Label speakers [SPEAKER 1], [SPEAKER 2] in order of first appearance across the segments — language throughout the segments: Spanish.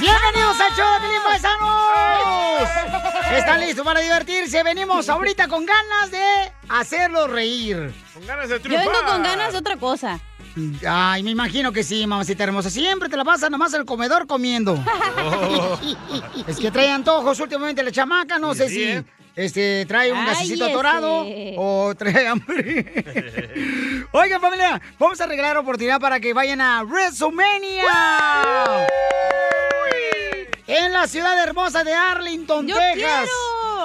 [SPEAKER 1] Bienvenidos al show de Pelín Paisanos. ¿Están listos para divertirse? Venimos ahorita con ganas de hacerlos reír.
[SPEAKER 2] Con ganas de
[SPEAKER 3] Yo
[SPEAKER 2] triunfar.
[SPEAKER 3] vengo con ganas de otra cosa.
[SPEAKER 1] Ay, me imagino que sí, mamacita hermosa. Siempre te la pasas nomás en el comedor comiendo. Es que trae antojos últimamente la chamaca, no sé
[SPEAKER 4] Oh. sí,
[SPEAKER 1] si
[SPEAKER 4] ¿eh?
[SPEAKER 1] este, trae un gasecito
[SPEAKER 4] Cállese.
[SPEAKER 1] atorado o trae hambre. Oigan, familia, vamos a regalar oportunidad para que vayan a WrestleMania. En la ciudad hermosa de Arlington, Texas.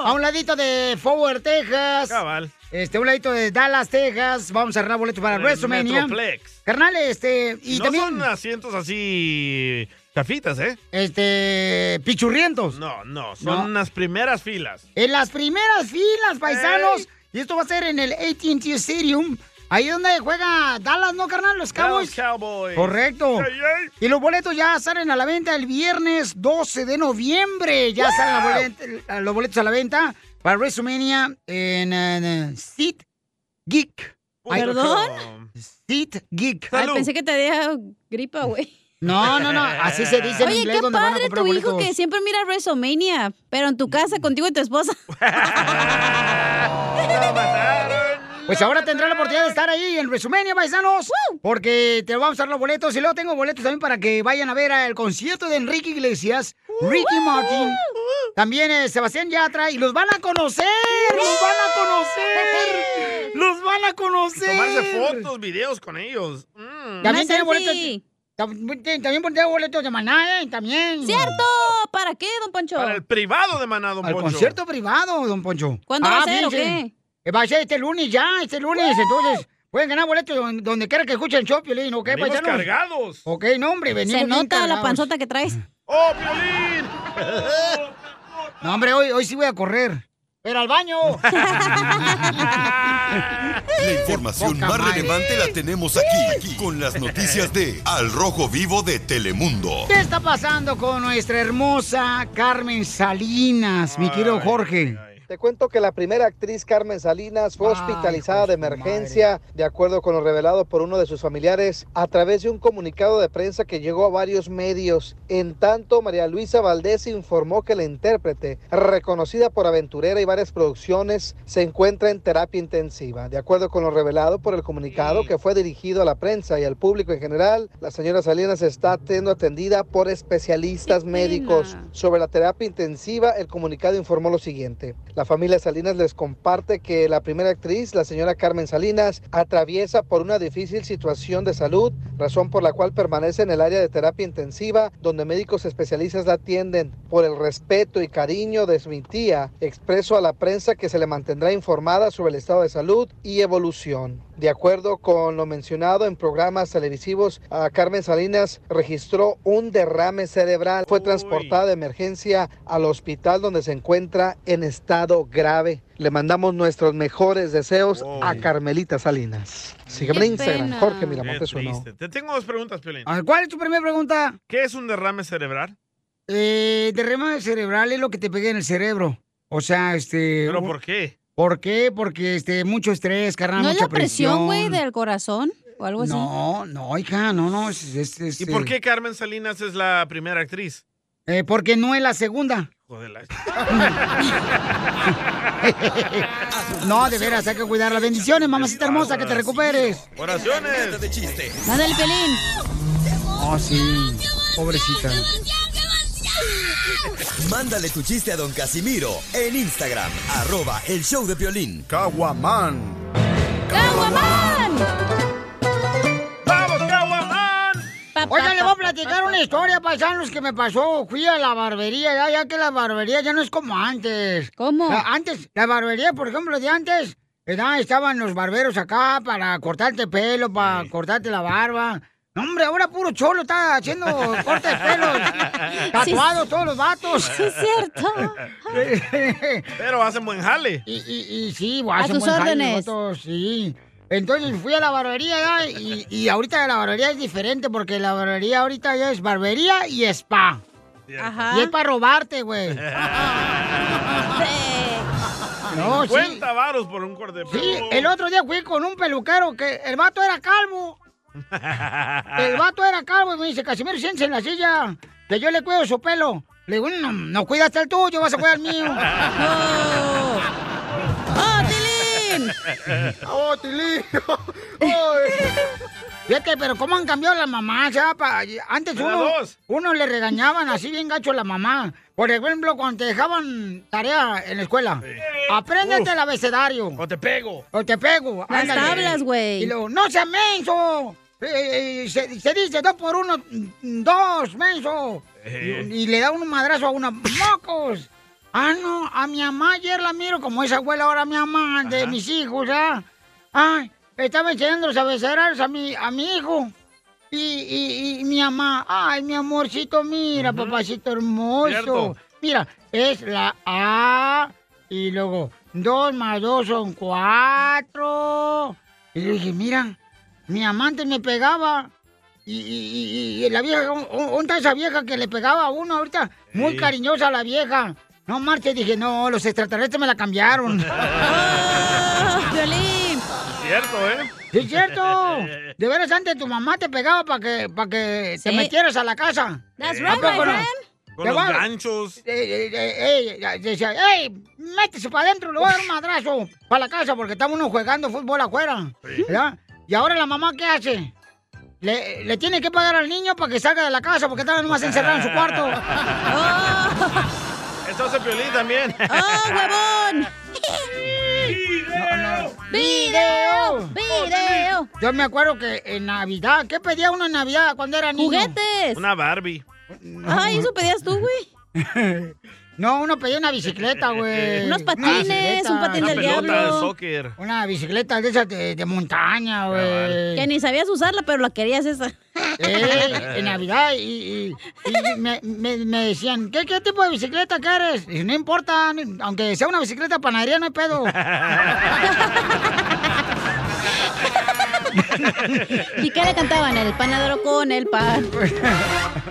[SPEAKER 1] A un ladito de Forward, Texas.
[SPEAKER 2] Cabal.
[SPEAKER 1] Este, a un ladito de Dallas, Texas. Vamos a regalar boletos para
[SPEAKER 2] El
[SPEAKER 1] WrestleMania.
[SPEAKER 2] Metroplex.
[SPEAKER 1] Carnal, este, y
[SPEAKER 2] no
[SPEAKER 1] también
[SPEAKER 2] son asientos así chafitas, ¿eh?
[SPEAKER 1] este pichurrientos.
[SPEAKER 2] No, no, son
[SPEAKER 1] No.
[SPEAKER 2] las primeras filas.
[SPEAKER 1] En las primeras filas, paisanos. Y esto va a ser en el AT&T Stadium. Ahí donde juega Dallas, ¿no, carnal? Los Cowboys.
[SPEAKER 2] Dallas Cowboys.
[SPEAKER 1] Correcto.
[SPEAKER 2] Ay, ay.
[SPEAKER 1] Y los boletos ya salen a la venta el viernes 12 de noviembre. Ya salen la bolet- los boletos a la venta para WrestleMania en, eh, Seat Geek. Ay,
[SPEAKER 3] ¿Perdón?
[SPEAKER 1] Seat Geek.
[SPEAKER 3] Ay, pensé que te había gripa, güey.
[SPEAKER 1] No, no, no. Así se dice en
[SPEAKER 3] Oye,
[SPEAKER 1] inglés
[SPEAKER 3] qué
[SPEAKER 1] donde van a
[SPEAKER 3] padre tu
[SPEAKER 1] comprar
[SPEAKER 3] hijo
[SPEAKER 1] boletos.
[SPEAKER 3] que siempre mira WrestleMania, pero en tu casa contigo y tu esposa.
[SPEAKER 1] Pues ahora tendrá la oportunidad de estar ahí en WrestleMania, paisanos. Porque te vamos a dar los boletos. Y luego tengo boletos también para que vayan a ver el concierto de Enrique Iglesias, Ricky Martin. También eh, Sebastián Yatra. Y los van a conocer. Los van a conocer. Los van a conocer.
[SPEAKER 2] Tomarse fotos, videos con ellos.
[SPEAKER 1] Mm. También tiene
[SPEAKER 2] Una selfie.
[SPEAKER 1] boletos. También tiene boletos de Maná, ¿eh? También.
[SPEAKER 3] ¡Cierto! ¿Para qué, don Poncho?
[SPEAKER 2] Para el privado de Maná, don
[SPEAKER 1] Al
[SPEAKER 2] Poncho.
[SPEAKER 1] concierto privado, don Poncho.
[SPEAKER 2] ¿Cuándo va a ser o
[SPEAKER 1] fíjense. Eh, Va a ser este lunes ya, este lunes. Entonces, pueden ganar boletos don- donde quiera que escuchen el show, Piolín, ¿ok,
[SPEAKER 2] Venimos
[SPEAKER 1] paisanos?
[SPEAKER 2] cargados.
[SPEAKER 1] Ok, no, hombre, venimos
[SPEAKER 3] Se
[SPEAKER 1] bien
[SPEAKER 3] nota la
[SPEAKER 1] cargados.
[SPEAKER 3] panzota que traes.
[SPEAKER 2] ¡Oh, Piolín!
[SPEAKER 1] No, hombre, hoy, hoy sí voy a correr. ¡Pero al baño!
[SPEAKER 5] La información
[SPEAKER 1] Poca
[SPEAKER 5] más
[SPEAKER 1] madre.
[SPEAKER 5] relevante la tenemos aquí, aquí, con las noticias de Al Rojo Vivo de Telemundo.
[SPEAKER 1] ¿Qué está pasando con nuestra hermosa Carmen Salinas, mi querido Jorge?
[SPEAKER 6] Te cuento que la primera actriz Carmen Salinas fue hospitalizada de emergencia, de acuerdo con lo revelado por uno de sus familiares, a través de un comunicado de prensa que llegó a varios medios. En tanto, María Luisa Valdés informó que la intérprete, reconocida por aventurera y varias producciones, se encuentra en terapia intensiva. De acuerdo con lo revelado por el comunicado que fue dirigido a la prensa y al público en general, la señora Salinas está siendo atendida por especialistas médicos. Sobre la terapia intensiva, el comunicado informó lo siguiente. La familia Salinas les comparte que la primera actriz, la señora Carmen Salinas, atraviesa por una difícil situación de salud, razón por la cual permanece en el área de terapia intensiva, donde médicos especialistas la atienden. Por el respeto y cariño de mi tía, expreso a la prensa que se le mantendrá informada sobre el estado de salud y evolución. De acuerdo con lo mencionado en programas televisivos, a Carmen Salinas registró un derrame cerebral. Fue transportada de emergencia al hospital donde se encuentra en estado grave. Le mandamos nuestros mejores deseos a Carmelita Salinas. Sígueme en Instagram,
[SPEAKER 2] pena.
[SPEAKER 6] Jorge Miramontes
[SPEAKER 2] Qué
[SPEAKER 6] uno.
[SPEAKER 2] triste. Te tengo dos preguntas, Piolín.
[SPEAKER 1] ¿Cuál es tu primera pregunta?
[SPEAKER 2] ¿Qué es un derrame cerebral?
[SPEAKER 1] Eh, derrame cerebral es lo que te pega en el cerebro. O sea, este...
[SPEAKER 2] ¿Pero por qué?
[SPEAKER 1] ¿Por qué? Porque este, mucho estrés, carnal,
[SPEAKER 3] ¿No es
[SPEAKER 1] mucha
[SPEAKER 3] la presión, güey,
[SPEAKER 1] presión.
[SPEAKER 3] del corazón o algo así?
[SPEAKER 1] No, no, hija, no, no. es- es- es,
[SPEAKER 2] ¿Y por
[SPEAKER 1] eh,
[SPEAKER 2] qué Carmen Salinas es la primera actriz?
[SPEAKER 1] eh, porque no es la segunda.
[SPEAKER 2] Hijo de la-
[SPEAKER 1] No, de veras, hay que cuidar las bendiciones, mamacita hermosa, que te recuperes.
[SPEAKER 2] Oraciones.
[SPEAKER 3] Mándale pelín.
[SPEAKER 1] Oh, sí. Pobrecita.
[SPEAKER 4] Mándale tu chiste a don Casimiro en Instagram, arroba el show de violín. Caguaman.
[SPEAKER 1] ¡Vamos, Caguamán! Oigan, le voy a platicar una historia, paisanos, que me pasó. Fui a la barbería, ya, ya que la barbería ya no es como antes. ¿Cómo? antes, la barbería, por ejemplo, de antes, ¿verdad? estaban los barberos acá para cortarte pelo, para cortarte la barba. No, hombre, ahora puro cholo está haciendo cortes de pelo. Tatuados todos los vatos.
[SPEAKER 2] Sí, es
[SPEAKER 1] cierto.
[SPEAKER 2] Pero hacen buen jale.
[SPEAKER 1] Y, y, y sí,
[SPEAKER 2] A
[SPEAKER 1] hacen
[SPEAKER 2] tus
[SPEAKER 1] buen jale,
[SPEAKER 2] órdenes.
[SPEAKER 1] vatos, sí. Entonces fui a la barbería ya, y, y ahorita la barbería es diferente porque la barbería ahorita ya es barbería y spa.
[SPEAKER 3] Ajá.
[SPEAKER 1] Y es para robarte, güey. No, sí.
[SPEAKER 2] 50 varos por un corte de
[SPEAKER 1] Sí,
[SPEAKER 2] pelo.
[SPEAKER 1] el otro día fui con un peluquero que el vato era calvo. El vato era calvo y me dice, Casimiro, siéntese en la silla, que yo le cuido su pelo. Le digo, no, no cuidaste el tuyo, vas a cuidar el mío. ¡Oh, Tilín! ¡Oh, Tilín! Ay. Fíjate, pero cómo han cambiado las mamás, ya, pa- antes
[SPEAKER 2] Era
[SPEAKER 1] uno,
[SPEAKER 2] dos.
[SPEAKER 1] uno le regañaban así bien gacho a la mamá. Por ejemplo, cuando te dejaban tarea en la escuela. Apréndete el abecedario. O te pego. O te pego.
[SPEAKER 3] Las
[SPEAKER 1] ándale.
[SPEAKER 3] tablas, güey.
[SPEAKER 1] Y luego, no seas menso. Eh, eh, se, se dice dos por uno, mm, dos, menso.
[SPEAKER 2] Eh.
[SPEAKER 1] Y, y le da un madrazo a una. ¡Mocos! Ah, no, a mi mamá ayer la miro como esa abuela ahora mi mamá de mis hijos, ¿ah? Ay, estaba enseñando los abecedarios a mi, a mi hijo. Y, y, y mi mamá, ay, mi amorcito, mira, papacito hermoso.
[SPEAKER 7] Cierto.
[SPEAKER 1] Mira, es la A y luego dos más dos son cuatro. Y yo dije, mira, mi amante me pegaba. Y, y- y- y la vieja, un- un- ¿dónde está esa vieja que le pegaba a uno ahorita? Muy
[SPEAKER 7] Sí.
[SPEAKER 1] cariñosa la vieja. No marche, dije, no, los extraterrestres me la cambiaron.
[SPEAKER 2] Ah,
[SPEAKER 1] ¡Violín!
[SPEAKER 2] Cierto, ¿eh?
[SPEAKER 1] Sí, es cierto. De veras, antes tu mamá te pegaba para que, para que te
[SPEAKER 2] Sí.
[SPEAKER 1] metieras a la casa.
[SPEAKER 2] That's
[SPEAKER 1] ¿A
[SPEAKER 2] right,
[SPEAKER 1] poco
[SPEAKER 2] my
[SPEAKER 1] no?
[SPEAKER 2] friend. Con
[SPEAKER 1] Te
[SPEAKER 2] los
[SPEAKER 1] va-
[SPEAKER 2] ganchos.
[SPEAKER 1] Eh, eh, eh, eh, decía, ¡ey! Métese para adentro, le voy a dar un madrazo para la casa porque estamos uno jugando fútbol afuera. ¿verdad? Y ahora la mamá, ¿qué hace? Le, le tiene que pagar al niño para que salga de la casa porque estaba nomás encerrado en su cuarto.
[SPEAKER 2] Esto hace Piolín también.
[SPEAKER 1] ¡Oh, huevón! ¡Video! ¡Video! Yo me acuerdo que en Navidad, ¿qué pedía uno en Navidad cuando era niño? ¡Juguetes!
[SPEAKER 2] Una Barbie.
[SPEAKER 1] Ay, eso pedías tú, güey. No, uno pedía una bicicleta, güey.
[SPEAKER 2] Unos
[SPEAKER 1] Una
[SPEAKER 2] patines,
[SPEAKER 1] bicicleta.
[SPEAKER 2] un patín Una del pelota diablo. de soccer.
[SPEAKER 1] Una bicicleta de esas de, de montaña, güey.
[SPEAKER 3] Que ni sabías usarla, pero la querías esa.
[SPEAKER 1] Eh, en Navidad y, y- y me, me- me decían, ¿qué, qué tipo de bicicleta quieres? Y no importa, ni- aunque sea una bicicleta de panadería, no hay pedo.
[SPEAKER 3] ¿Y qué le cantaban? El panadero con el pan.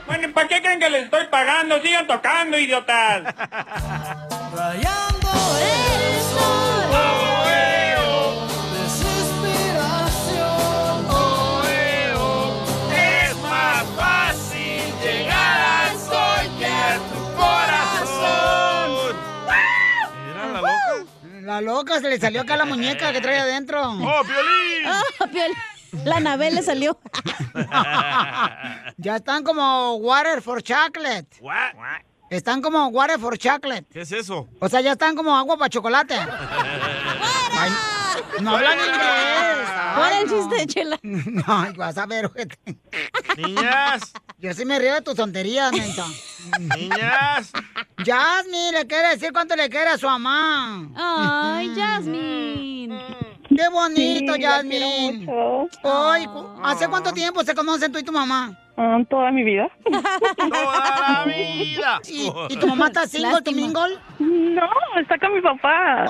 [SPEAKER 8] Bueno, ¿y ¿para qué creen que les estoy pagando? Sigan tocando, idiotas.
[SPEAKER 7] Desesperación. Es más fácil llegar al sol que a tu corazón.
[SPEAKER 2] Era la loca.
[SPEAKER 1] La loca se le salió acá la muñeca que trae adentro. ¡Oh,
[SPEAKER 2] Piolín!
[SPEAKER 1] ¡Oh, La nave le salió. ya están como water for chocolate.
[SPEAKER 2] What?
[SPEAKER 1] Están como water for chocolate.
[SPEAKER 2] ¿Qué es eso?
[SPEAKER 1] O sea, ya están como agua para chocolate. Ay, no hablan inglés. ¿Cuál es el chiste, Chela? Ay, vas a ver, ojete. Niñas. Yo sí me río de tus tonterías, neta. Niñas. Jasmine, le quiere decir cuánto le quiere a su mamá. Ay, Jasmine. Qué bonito,
[SPEAKER 9] Sí, la
[SPEAKER 1] Jasmine. Ay, cu-
[SPEAKER 2] Ah.
[SPEAKER 1] ¿hace cuánto tiempo se conocen tú y tu mamá?
[SPEAKER 9] Ah, toda mi vida.
[SPEAKER 2] ¡Toda la vida!
[SPEAKER 1] ¿Y, y tu mamá está single, tu mingle?
[SPEAKER 9] No, está con mi papá.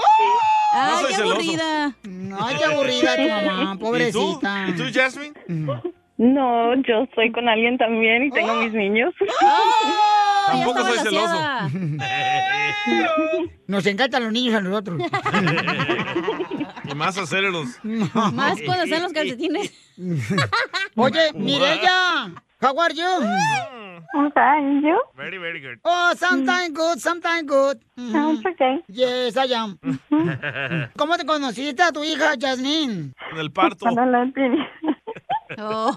[SPEAKER 1] Ay,
[SPEAKER 9] soy
[SPEAKER 1] qué
[SPEAKER 9] celoso.
[SPEAKER 1] aburrida. Ay, qué aburrida tu mamá, pobrecita.
[SPEAKER 2] ¿Y tú, ¿Y tú Jasmine?
[SPEAKER 9] Mm. No, yo estoy con alguien también y tengo mis niños.
[SPEAKER 1] ¡Ah!
[SPEAKER 2] Tampoco soy celoso.
[SPEAKER 1] Nos encantan los niños a nosotros.
[SPEAKER 2] y más acérelos.
[SPEAKER 3] Más cuando están los calcetines.
[SPEAKER 1] Oye, Mireya, how are you?
[SPEAKER 9] Fine, you? Oh,
[SPEAKER 2] Very, very good.
[SPEAKER 1] Oh, sometimes good, sometimes good. Sounds
[SPEAKER 9] okay.
[SPEAKER 1] Yes, I am. ¿Cómo te conociste a tu hija, Jasmine?
[SPEAKER 2] En el parto.
[SPEAKER 3] Oh.
[SPEAKER 9] Cuando, la-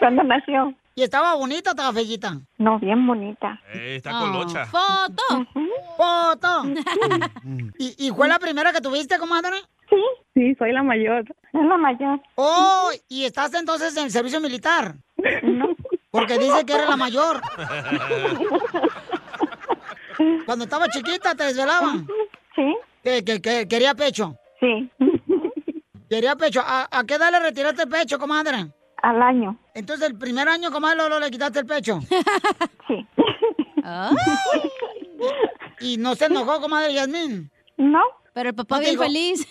[SPEAKER 9] cuando nació.
[SPEAKER 1] ¿Y estaba bonita, estaba fellita?
[SPEAKER 9] No, bien bonita.
[SPEAKER 2] Eh, está colocha.
[SPEAKER 1] Ah. ¡Foto! ¡Foto! ¿Y, y fue la primera que tuviste, comadre?
[SPEAKER 9] Sí. Sí, soy la mayor. Es la mayor.
[SPEAKER 1] ¡Oh! ¿Y estás entonces en el servicio militar?
[SPEAKER 9] No.
[SPEAKER 1] Porque dice que eres la mayor. Cuando estaba chiquita te desvelaban.
[SPEAKER 9] Sí.
[SPEAKER 1] Que, que- que quería pecho.
[SPEAKER 9] Sí.
[SPEAKER 1] Quería pecho. ¿A, a qué edad le retiraste el pecho, comadre?
[SPEAKER 9] Al año.
[SPEAKER 1] Entonces el primer año, comadre, Lolo, le quitaste el pecho.
[SPEAKER 9] Sí.
[SPEAKER 3] Ah.
[SPEAKER 1] Y no se enojó, comadre Yasmín.
[SPEAKER 9] No.
[SPEAKER 3] Pero el papá
[SPEAKER 1] No te
[SPEAKER 3] bien
[SPEAKER 1] digo.
[SPEAKER 3] feliz.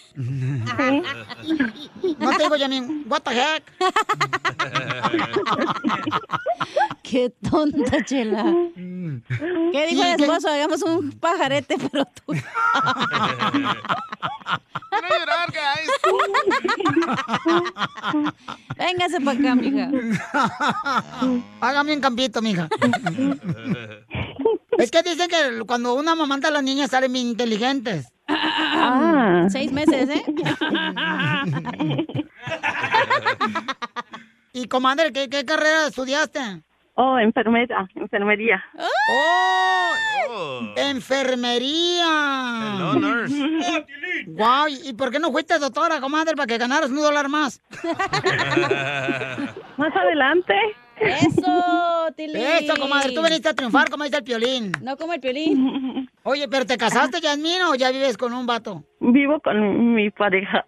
[SPEAKER 1] No te digo, Yasmín, what the heck.
[SPEAKER 3] Qué tonta, chela. ¿Qué dijo
[SPEAKER 7] ¿Y
[SPEAKER 3] el
[SPEAKER 7] qué?
[SPEAKER 3] esposo? Hagamos un pajarete, pero tú.
[SPEAKER 7] Quiero llorar, guys.
[SPEAKER 3] Véngase para acá, mija.
[SPEAKER 1] Hágame un campito, mija. Es que dicen que cuando una mamanta a las niñas salen bien inteligentes.
[SPEAKER 3] Seis meses, ¿eh?
[SPEAKER 1] Y comadre, ¿qué, qué carrera estudiaste?
[SPEAKER 9] Oh, enfermera, enfermería.
[SPEAKER 1] ¡Oh! ¡Enfermería!
[SPEAKER 7] Hello, nurse.
[SPEAKER 1] Guau, ¿y por qué no fuiste doctora, comadre, para que ganaras un dólar más? Más adelante.
[SPEAKER 3] Eso, Tilín.
[SPEAKER 1] Eso, comadre, tú viniste a triunfar, como dice el piolín.
[SPEAKER 3] No como el piolín.
[SPEAKER 1] Oye, pero ¿te casaste, Yasmín, o ya vives con un vato?
[SPEAKER 9] Vivo con mi pareja.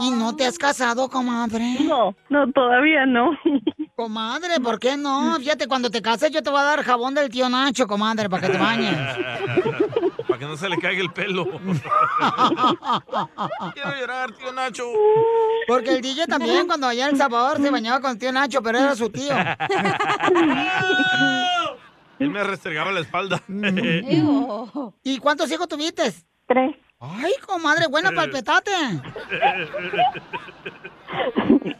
[SPEAKER 1] ¿Y no te has casado, comadre?
[SPEAKER 9] No, no, todavía no.
[SPEAKER 1] Comadre, ¿por qué no? Fíjate, cuando te cases yo te voy a dar jabón del tío Nacho, comadre, para que te bañes.
[SPEAKER 2] Para que no se le caiga el pelo. Quiero llorar, tío Nacho.
[SPEAKER 1] Porque el DJ también, cuando allá en El Salvador, se bañaba con el tío Nacho, pero era su tío.
[SPEAKER 2] Él me restregaba la espalda.
[SPEAKER 1] Mm. ¿Y cuántos hijos tuviste? Tres. Ay, comadre, buena
[SPEAKER 2] Eh,
[SPEAKER 1] palpetate.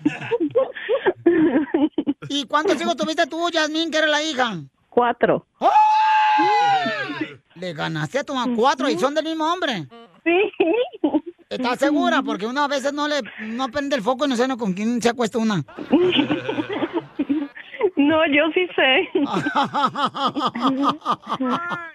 [SPEAKER 1] ¿Y cuántos hijos tuviste tú, Yasmín, que eres la hija?
[SPEAKER 9] Cuatro.
[SPEAKER 1] Le ganaste a tu mamá cuatro y son del mismo hombre. Sí. ¿Estás segura? Porque una a veces no le no prende el foco y no sé no con quién se acuesta una.
[SPEAKER 9] No, yo sí sé.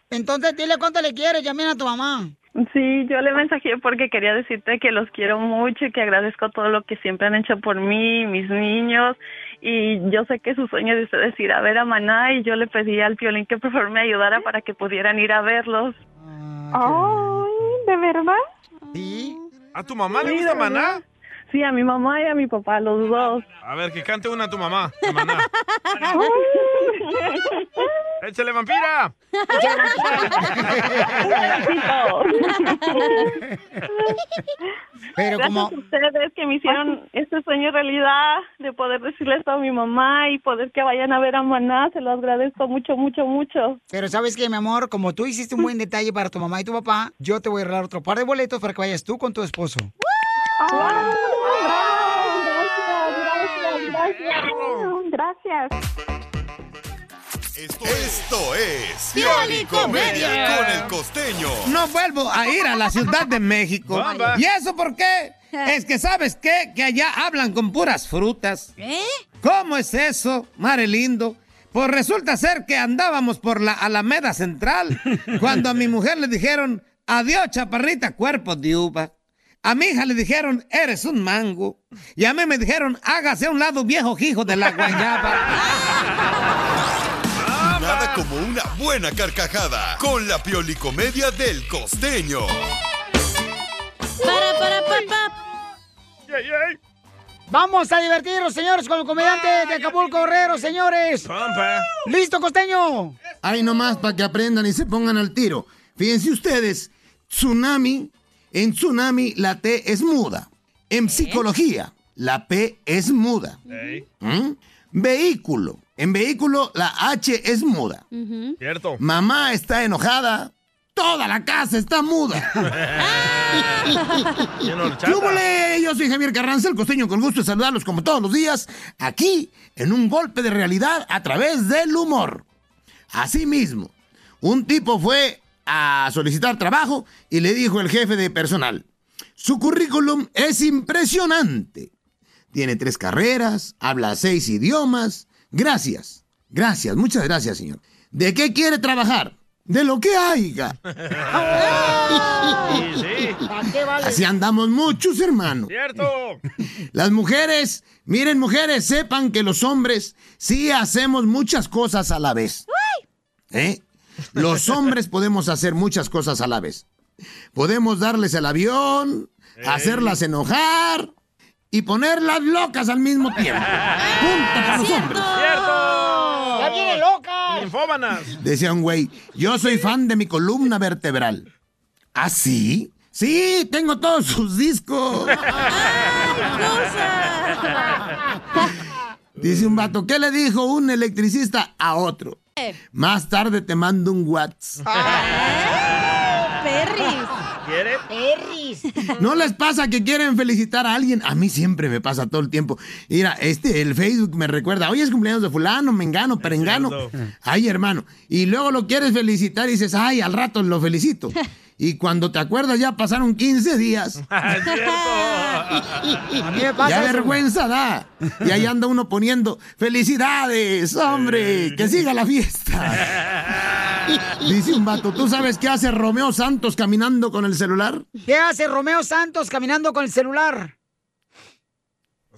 [SPEAKER 1] Entonces dile cuánto le quieres, Yasmín, a tu mamá.
[SPEAKER 9] Sí, yo le mensajé porque quería decirte que los quiero mucho y que agradezco todo lo que siempre han hecho por mí, mis niños. Y yo sé que su sueño es ustedes ir a ver a Maná y yo le pedí al violín que por favor me ayudara para que pudieran ir a verlos. Ay, ¿de verdad?
[SPEAKER 1] Sí.
[SPEAKER 2] Ah, ¿A tu mamá le
[SPEAKER 9] Sí,
[SPEAKER 2] gusta
[SPEAKER 9] de verdad.
[SPEAKER 2] maná?
[SPEAKER 9] Sí, a mi mamá y a mi papá, los dos.
[SPEAKER 2] A ver, que cante una a tu mamá. de Maná. ¡Échale, vampira!
[SPEAKER 1] Pero
[SPEAKER 9] Gracias
[SPEAKER 1] como-
[SPEAKER 9] a ustedes
[SPEAKER 2] Ah,
[SPEAKER 9] que me hicieron este sueño realidad de poder decirles a mi mamá y poder que vayan a ver a Maná, se lo agradezco mucho, mucho, mucho.
[SPEAKER 1] Pero sabes que, mi amor, como tú hiciste un buen detalle para tu mamá y tu papá, yo te voy a regalar otro par de boletos para que vayas tú con tu esposo.
[SPEAKER 7] Gracias, gracias.
[SPEAKER 9] Gracias.
[SPEAKER 5] Esto es
[SPEAKER 7] Pioli Comedia.
[SPEAKER 5] con el costeño.
[SPEAKER 10] No vuelvo a ir a la Ciudad de México.
[SPEAKER 5] Bamba.
[SPEAKER 10] ¿Y eso por qué? Es que sabes qué? Que allá hablan con puras frutas. ¿Cómo es eso, Mare Lindo? Pues resulta ser que andábamos por la Alameda Central cuando a mi mujer le dijeron, adiós chaparrita, cuerpo de uva. A mi hija le dijeron, eres un mango. Y a mí me dijeron, hágase a un lado viejo hijo de la guayaba.
[SPEAKER 5] Nada como una buena carcajada con la Pioli Comedia del costeño.
[SPEAKER 3] Para, para, para,
[SPEAKER 1] Vamos a divertirnos, señores, con el comediante de Acapulco Herrero, señores. ¡Listo, costeño!
[SPEAKER 11] Ahí nomás para que aprendan y se pongan al tiro. Fíjense ustedes, tsunami, en tsunami la T es muda. En psicología, la P es muda. ¿Mm? Vehículo, en vehículo la H es muda.
[SPEAKER 2] Cierto.
[SPEAKER 11] Mamá está enojada, toda la casa está muda.
[SPEAKER 2] Bien horchata.
[SPEAKER 11] ¿Qué hubole? Yo soy Javier Carranza, el costeño, con gusto de saludarlos como todos los días, aquí en un golpe de realidad a través del humor. Asimismo, un tipo fue a solicitar trabajo y le dijo el jefe de personal, su currículum es impresionante. Tiene tres carreras, habla seis idiomas, Gracias, gracias, muchas gracias, señor. ¿De qué quiere trabajar? De lo que haya.
[SPEAKER 7] ¿Para qué vale?
[SPEAKER 11] Así andamos muchos, hermano.
[SPEAKER 7] ¡Cierto!
[SPEAKER 11] Las mujeres, miren mujeres, sepan que los hombres sí hacemos muchas cosas a la vez. ¿Eh? Los hombres podemos hacer muchas cosas a la vez. Podemos darles el avión, hacerlas enojar y ponerlas locas al mismo tiempo. Punto para los hombres.
[SPEAKER 2] ¡Cierto!
[SPEAKER 1] ¡Ya viene loca!
[SPEAKER 2] ¡Linfómanas!
[SPEAKER 11] Decía un güey, yo soy fan de mi columna vertebral. ¿Ah, sí? Sí, tengo todos sus discos. Dice un vato, ¿qué le dijo un electricista a otro?
[SPEAKER 7] Eh,
[SPEAKER 11] Más tarde te mando un WhatsApp.
[SPEAKER 7] ¡Perris! ¿Quiere? ¡Perris!
[SPEAKER 11] ¿No les pasa que quieren felicitar a alguien? A mí siempre me pasa todo el tiempo. Mira, este, el Facebook me recuerda, hoy es cumpleaños de fulano, mengano, perengano. "Ah, Ay, hermano. Y luego lo quieres felicitar y dices, ay, al rato lo felicito. Y cuando te acuerdas ya pasaron 15 días.
[SPEAKER 7] ¡Cierto!
[SPEAKER 11] Ya vergüenza da. Y ahí anda uno poniendo, felicidades, hombre, que siga la fiesta. Dice un vato, ¿tú sabes qué hace Romeo Santos caminando con el celular?
[SPEAKER 1] ¿Qué hace Romeo Santos caminando con el celular?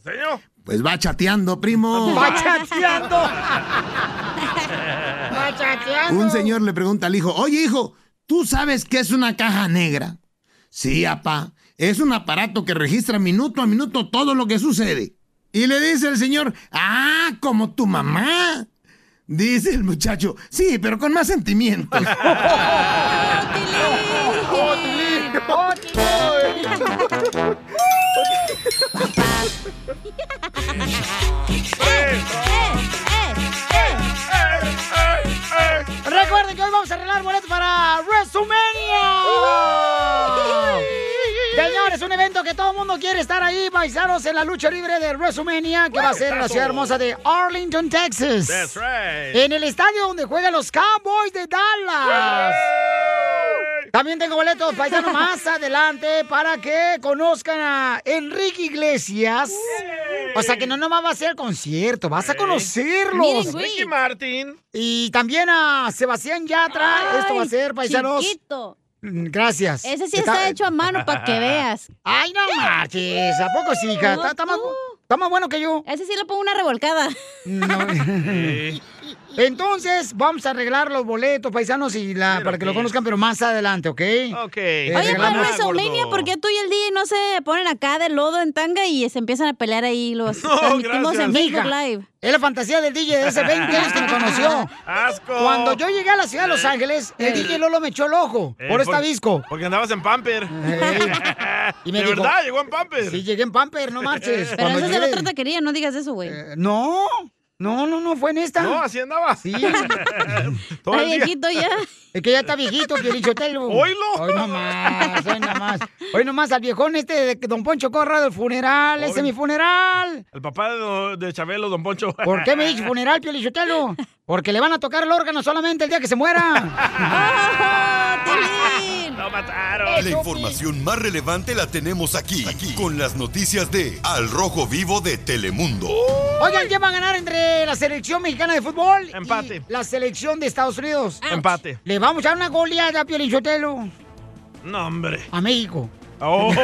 [SPEAKER 11] Pues va chateando, primo.
[SPEAKER 1] ¡Va chateando! ¡Va chateando!
[SPEAKER 11] Un señor le pregunta al hijo, oye hijo, ¿tú sabes qué es una caja negra? Sí, apá, es un aparato que registra minuto a minuto todo lo que sucede. Y le dice el señor, ah, como tu mamá. Dice el muchacho, sí, pero con más sentimientos.
[SPEAKER 1] Recuerden que hoy vamos a arreglar boletos para WrestleMania. Señores, un evento que todo el mundo quiere estar ahí, paisanos, en la lucha libre de WrestleMania, que va a ser en la ciudad hermosa de Arlington, Texas.
[SPEAKER 7] That's right.
[SPEAKER 1] En el estadio donde juegan los Cowboys de Dallas. También tengo boletos paisanos más adelante para que conozcan a Enrique Iglesias. O sea que no nomás va a ser el concierto, vas a conocerlos.
[SPEAKER 2] Miren, güey. Ricky Martin.
[SPEAKER 1] Y también a Sebastián Yatra. Esto va a
[SPEAKER 3] Ay,
[SPEAKER 1] ser, paisanos.
[SPEAKER 3] chiquito.
[SPEAKER 1] Mm, Gracias.
[SPEAKER 3] Ese sí está hecho a mano pa' que veas.
[SPEAKER 1] Ay, no marches. ¿A poco sí, hija?
[SPEAKER 3] No,
[SPEAKER 1] Está- está más- está más bueno que yo.
[SPEAKER 3] Ese sí le pongo una revolcada.
[SPEAKER 1] Entonces, vamos a arreglar los boletos, paisanos, y la, para que lo conozcan, pero más adelante, ¿ok?
[SPEAKER 2] Ok.
[SPEAKER 3] Oye,
[SPEAKER 1] Eh,
[SPEAKER 3] para
[SPEAKER 1] regalamos-
[SPEAKER 3] WrestleMania, ¿por qué tú y el DJ no se ponen acá de lodo en tanga y se empiezan a pelear ahí? Los transmitimos en Facebook
[SPEAKER 1] Mija,
[SPEAKER 3] Live.
[SPEAKER 1] Es la fantasía del DJ de hace 20 años que me conoció.
[SPEAKER 2] ¡Asco!
[SPEAKER 1] Cuando yo llegué a la ciudad de Los
[SPEAKER 2] Eh,
[SPEAKER 1] Ángeles, el
[SPEAKER 2] eh.
[SPEAKER 1] DJ Lolo me echó el ojo
[SPEAKER 2] Eh,
[SPEAKER 1] por esta visco.
[SPEAKER 2] Porque andabas en Pamper.
[SPEAKER 1] Y me
[SPEAKER 2] ¿De
[SPEAKER 1] dijo-
[SPEAKER 2] verdad? ¿Llegó en Pamper?
[SPEAKER 1] Sí, llegué en Pamper, no marches.
[SPEAKER 3] Pero
[SPEAKER 1] Cuando
[SPEAKER 3] esa es de la
[SPEAKER 1] llegué-
[SPEAKER 3] otra taquería, no digas eso, güey.
[SPEAKER 1] No, no, no, no, fue en esta.
[SPEAKER 2] No, así andaba.
[SPEAKER 1] Sí.
[SPEAKER 2] Todo el Está día. viejito ya.
[SPEAKER 1] Es que ya está viejito, Pielichotelo.
[SPEAKER 2] Oílo.
[SPEAKER 1] Hoy nomás, hoy nomás. Hoy nomás al viejón este de que Don Poncho Corra del funeral, ese es mi funeral.
[SPEAKER 2] El papá de, de Chabelo, Don Poncho.
[SPEAKER 1] ¿Por qué me dices funeral, Pielichotelo? Porque le van a tocar el órgano solamente el día que se muera.
[SPEAKER 2] ¡Lo mataron!
[SPEAKER 5] La información más relevante la tenemos aquí, aquí, con las noticias de Al Rojo Vivo de Telemundo.
[SPEAKER 1] Oigan, ¿quién va a ganar entre la selección mexicana de fútbol Empate. y la selección de Estados Unidos?
[SPEAKER 2] Empate.
[SPEAKER 1] Le vamos a dar una goleada, Pielichotelo.
[SPEAKER 2] No, hombre.
[SPEAKER 1] A México.
[SPEAKER 2] Oh.
[SPEAKER 1] Don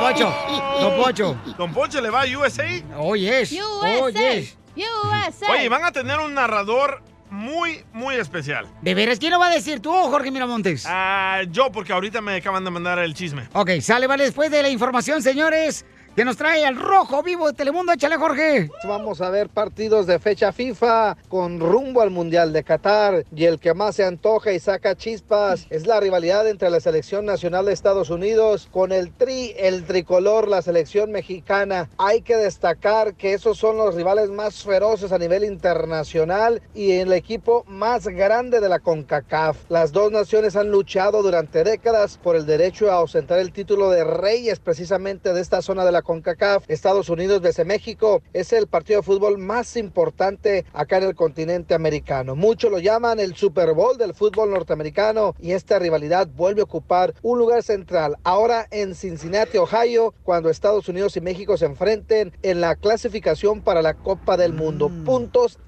[SPEAKER 1] Pocho, Don Pocho.
[SPEAKER 2] ¿Don Poncho le va a USA?
[SPEAKER 1] Oh, yes. Oh, yes.
[SPEAKER 3] USA.
[SPEAKER 2] Oye, van a tener un narrador muy, muy especial.
[SPEAKER 1] ¿De veras quién lo va a decir tú o Jorge Miramontes?
[SPEAKER 2] Ah, yo, porque ahorita me acaban de mandar el chisme.
[SPEAKER 1] Ok, sale, vale, después de la información, señores, que nos trae al rojo vivo de Telemundo. Échale, Jorge.
[SPEAKER 6] Vamos a ver partidos de fecha FIFA con rumbo al Mundial de Qatar y el que más se antoja y saca chispas es la rivalidad entre la selección nacional de Estados Unidos con el tri, el tricolor, la selección mexicana. Hay que destacar que esos son los rivales más feroces a nivel internacional y el equipo más grande de la CONCACAF. Las dos naciones han luchado durante décadas por el derecho a ostentar el título de reyes precisamente de esta zona de la CONCACAF, Estados Unidos desde México. Es el partido de fútbol más importante acá en el continente americano. Muchos lo llaman el Super Bowl del fútbol norteamericano y esta rivalidad vuelve a ocupar un lugar central. Ahora en Cincinnati, Ohio, cuando Estados Unidos y México se enfrenten en la clasificación para la Copa del Mundo. Puntos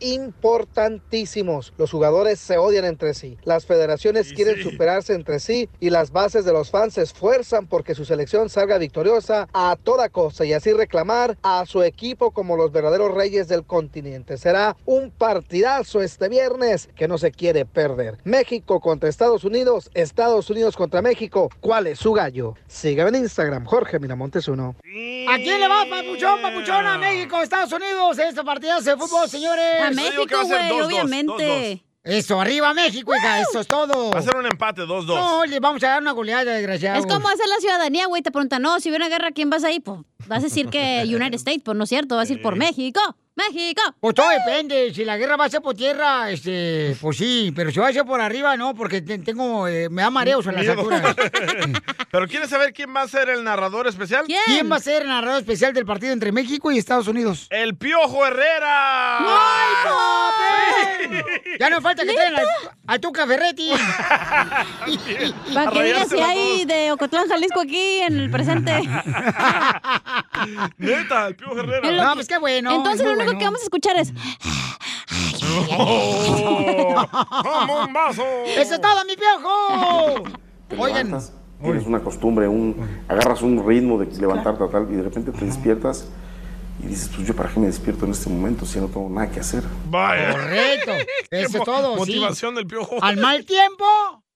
[SPEAKER 6] importantísimos. Los jugadores se odian entre sí. Las federaciones quieren superarse entre sí y las bases de los fans se esfuerzan porque su selección salga victoriosa a toda costa y así reclamar a su equipo como los verdaderos reyes del continente. Será un partidazo este viernes que no se quiere perder. México contra Estados Unidos, Estados Unidos contra México. ¿Cuál es su gallo? Sígame en Instagram, Jorge Miramontes uno.
[SPEAKER 1] ¿A quién le va, papuchón, papuchona? a México, Estados Unidos, esta partida de fútbol, señores.
[SPEAKER 3] A Yo digo que va a México, ser güey, 2-2, obviamente. 2-2.
[SPEAKER 1] Eso, arriba México, hija, eso es todo.
[SPEAKER 2] Va a ser un empate, 2-2.
[SPEAKER 1] No, le vamos a dar una goleada, desgraciado.
[SPEAKER 3] Es como hace la ciudadanía, güey. Te preguntan, no, si hubiera una guerra, ¿quién vas a ir? Pues vas a decir que United States, pues no es cierto, vas a ir por México. ¡México!
[SPEAKER 1] Pues todo depende, si la guerra va a ser por tierra, este, pues sí, pero si va a ser por arriba, no, porque te- tengo, eh, me da mareos en las
[SPEAKER 2] Miedo.
[SPEAKER 1] alturas.
[SPEAKER 2] Pero ¿quieres saber quién va a ser el narrador especial?
[SPEAKER 1] ¿Quién va a ser el narrador especial del partido entre México y Estados Unidos?
[SPEAKER 2] ¡El Piojo Herrera!
[SPEAKER 1] ¡Ay, papi! Ya no falta que traigan al- al Tuca Ferretti.
[SPEAKER 3] Para que digas si hay de Ocotlán, Jalisco aquí en el presente.
[SPEAKER 2] Neta, el Piojo Herrera.
[SPEAKER 3] En lo
[SPEAKER 1] No,
[SPEAKER 3] que-
[SPEAKER 1] pues qué bueno.
[SPEAKER 3] Entonces
[SPEAKER 1] es
[SPEAKER 3] lo
[SPEAKER 1] muy
[SPEAKER 3] único
[SPEAKER 1] bueno.
[SPEAKER 3] que vamos a escuchar es.
[SPEAKER 2] ¡Como un vaso!
[SPEAKER 1] ¡Eso es todo, mi piojo! Oigan,
[SPEAKER 12] Tienes una costumbre, un, agarras un ritmo de levantarte a tal y de repente te despiertas y dices, pues yo para qué me despierto en este momento si no tengo nada que hacer.
[SPEAKER 2] Vaya.
[SPEAKER 1] Correcto.
[SPEAKER 2] Qué
[SPEAKER 1] Eso
[SPEAKER 2] mo-
[SPEAKER 1] es todo. sí.
[SPEAKER 2] Motivación del Piojo.
[SPEAKER 1] Al mal tiempo.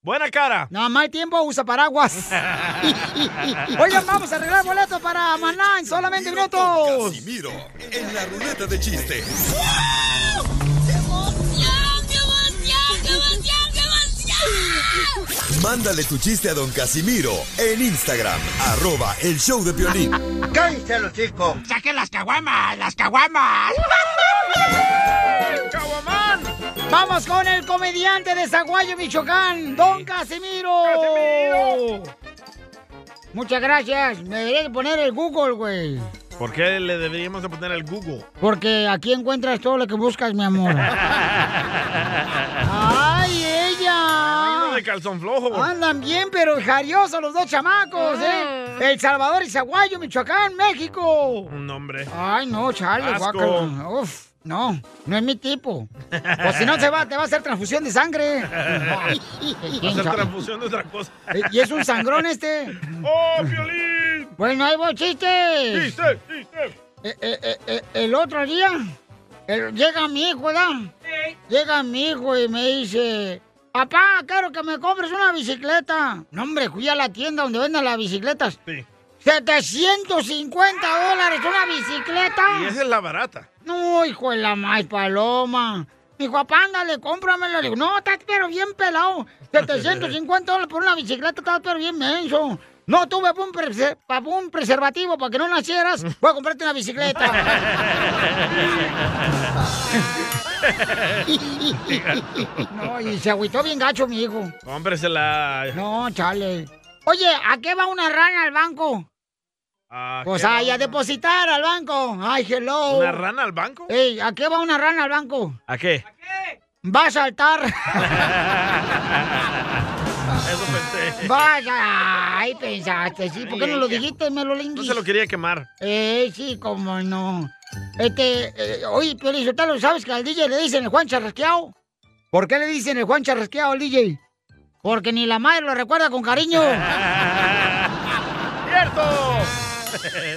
[SPEAKER 2] Buena cara.
[SPEAKER 1] No, al mal tiempo usa paraguas. Oigan, vamos a arreglar boletos para Maná en solamente minutos.
[SPEAKER 4] Casimiro en la ruleta de chistes.
[SPEAKER 5] Mándale tu chiste a don Casimiro en Instagram, arroba el show de violín.
[SPEAKER 13] ¡Cállense los chicos! ¡Saquen las caguamas! ¡Las caguamas!
[SPEAKER 1] Vamos con el comediante de Zaguayo, Michoacán, Don Casimiro. Muchas gracias. Me debería de poner el Google, güey.
[SPEAKER 2] ¿Por qué le deberíamos de poner el Google?
[SPEAKER 1] Porque aquí encuentras todo lo que buscas, mi amor. ¡Ay, ella!
[SPEAKER 2] Uno de calzón flojo.
[SPEAKER 1] Andan bien, pero jariosos los dos chamacos, ¿eh? El Salvador y Zaguayo, Michoacán, México.
[SPEAKER 2] Un nombre.
[SPEAKER 1] Ay, no, Charles,
[SPEAKER 2] Asco.
[SPEAKER 1] guácala. Uf, no, no es mi tipo. O si no, te va, te va a hacer transfusión de sangre.
[SPEAKER 2] Va a ser transfusión de otra cosa.
[SPEAKER 1] Y es un sangrón este.
[SPEAKER 2] ¡Oh, violín!
[SPEAKER 1] Bueno, ahí voy, chistes.
[SPEAKER 2] ¡Chiste, chiste!
[SPEAKER 1] Eh, eh, eh, eh, el otro día, el- llega mi hijo, ¿verdad? Llega mi hijo y me dice, papá, quiero que me compres una bicicleta. No, hombre, fui a la tienda donde venden las bicicletas. 750 dólares una bicicleta.
[SPEAKER 2] Y esa es la barata.
[SPEAKER 1] No, hijo de la más paloma. Mi dijo, papá, ándale, cómpramelo. Le digo, no, estás pero bien pelado. 750 dólares por una bicicleta, estás pero bien menso. No tuve pa' un, prese- pa' un preservativo para que no nacieras. Voy a comprarte una bicicleta. no, y se agüitó bien gacho, mi hijo.
[SPEAKER 2] Cómpresela.
[SPEAKER 1] No, chale. Oye, ¿a qué va una rana al banco?
[SPEAKER 2] Ah,
[SPEAKER 1] Pues
[SPEAKER 2] qué
[SPEAKER 1] ay, a
[SPEAKER 2] rana.
[SPEAKER 1] depositar al banco. Ay, hello.
[SPEAKER 2] ¿Una rana al banco?
[SPEAKER 1] Ey, ¿a qué va una rana al banco?
[SPEAKER 2] ¿A qué?
[SPEAKER 1] Va a saltar.
[SPEAKER 2] Eso pensé.
[SPEAKER 1] Vaya, ay, pensaste, sí. ¿Por qué no lo dijiste, Melolín?
[SPEAKER 2] No se lo quería quemar.
[SPEAKER 1] Eh, sí, cómo no. Este, eh, oye, Pelizotelo, ¿sabes que al DJ le dicen el Juan Charrasqueado? ¿Por qué le dicen el Juan Charrasqueado al DJ? Porque ni la madre lo recuerda con cariño.
[SPEAKER 2] ¡Cierto!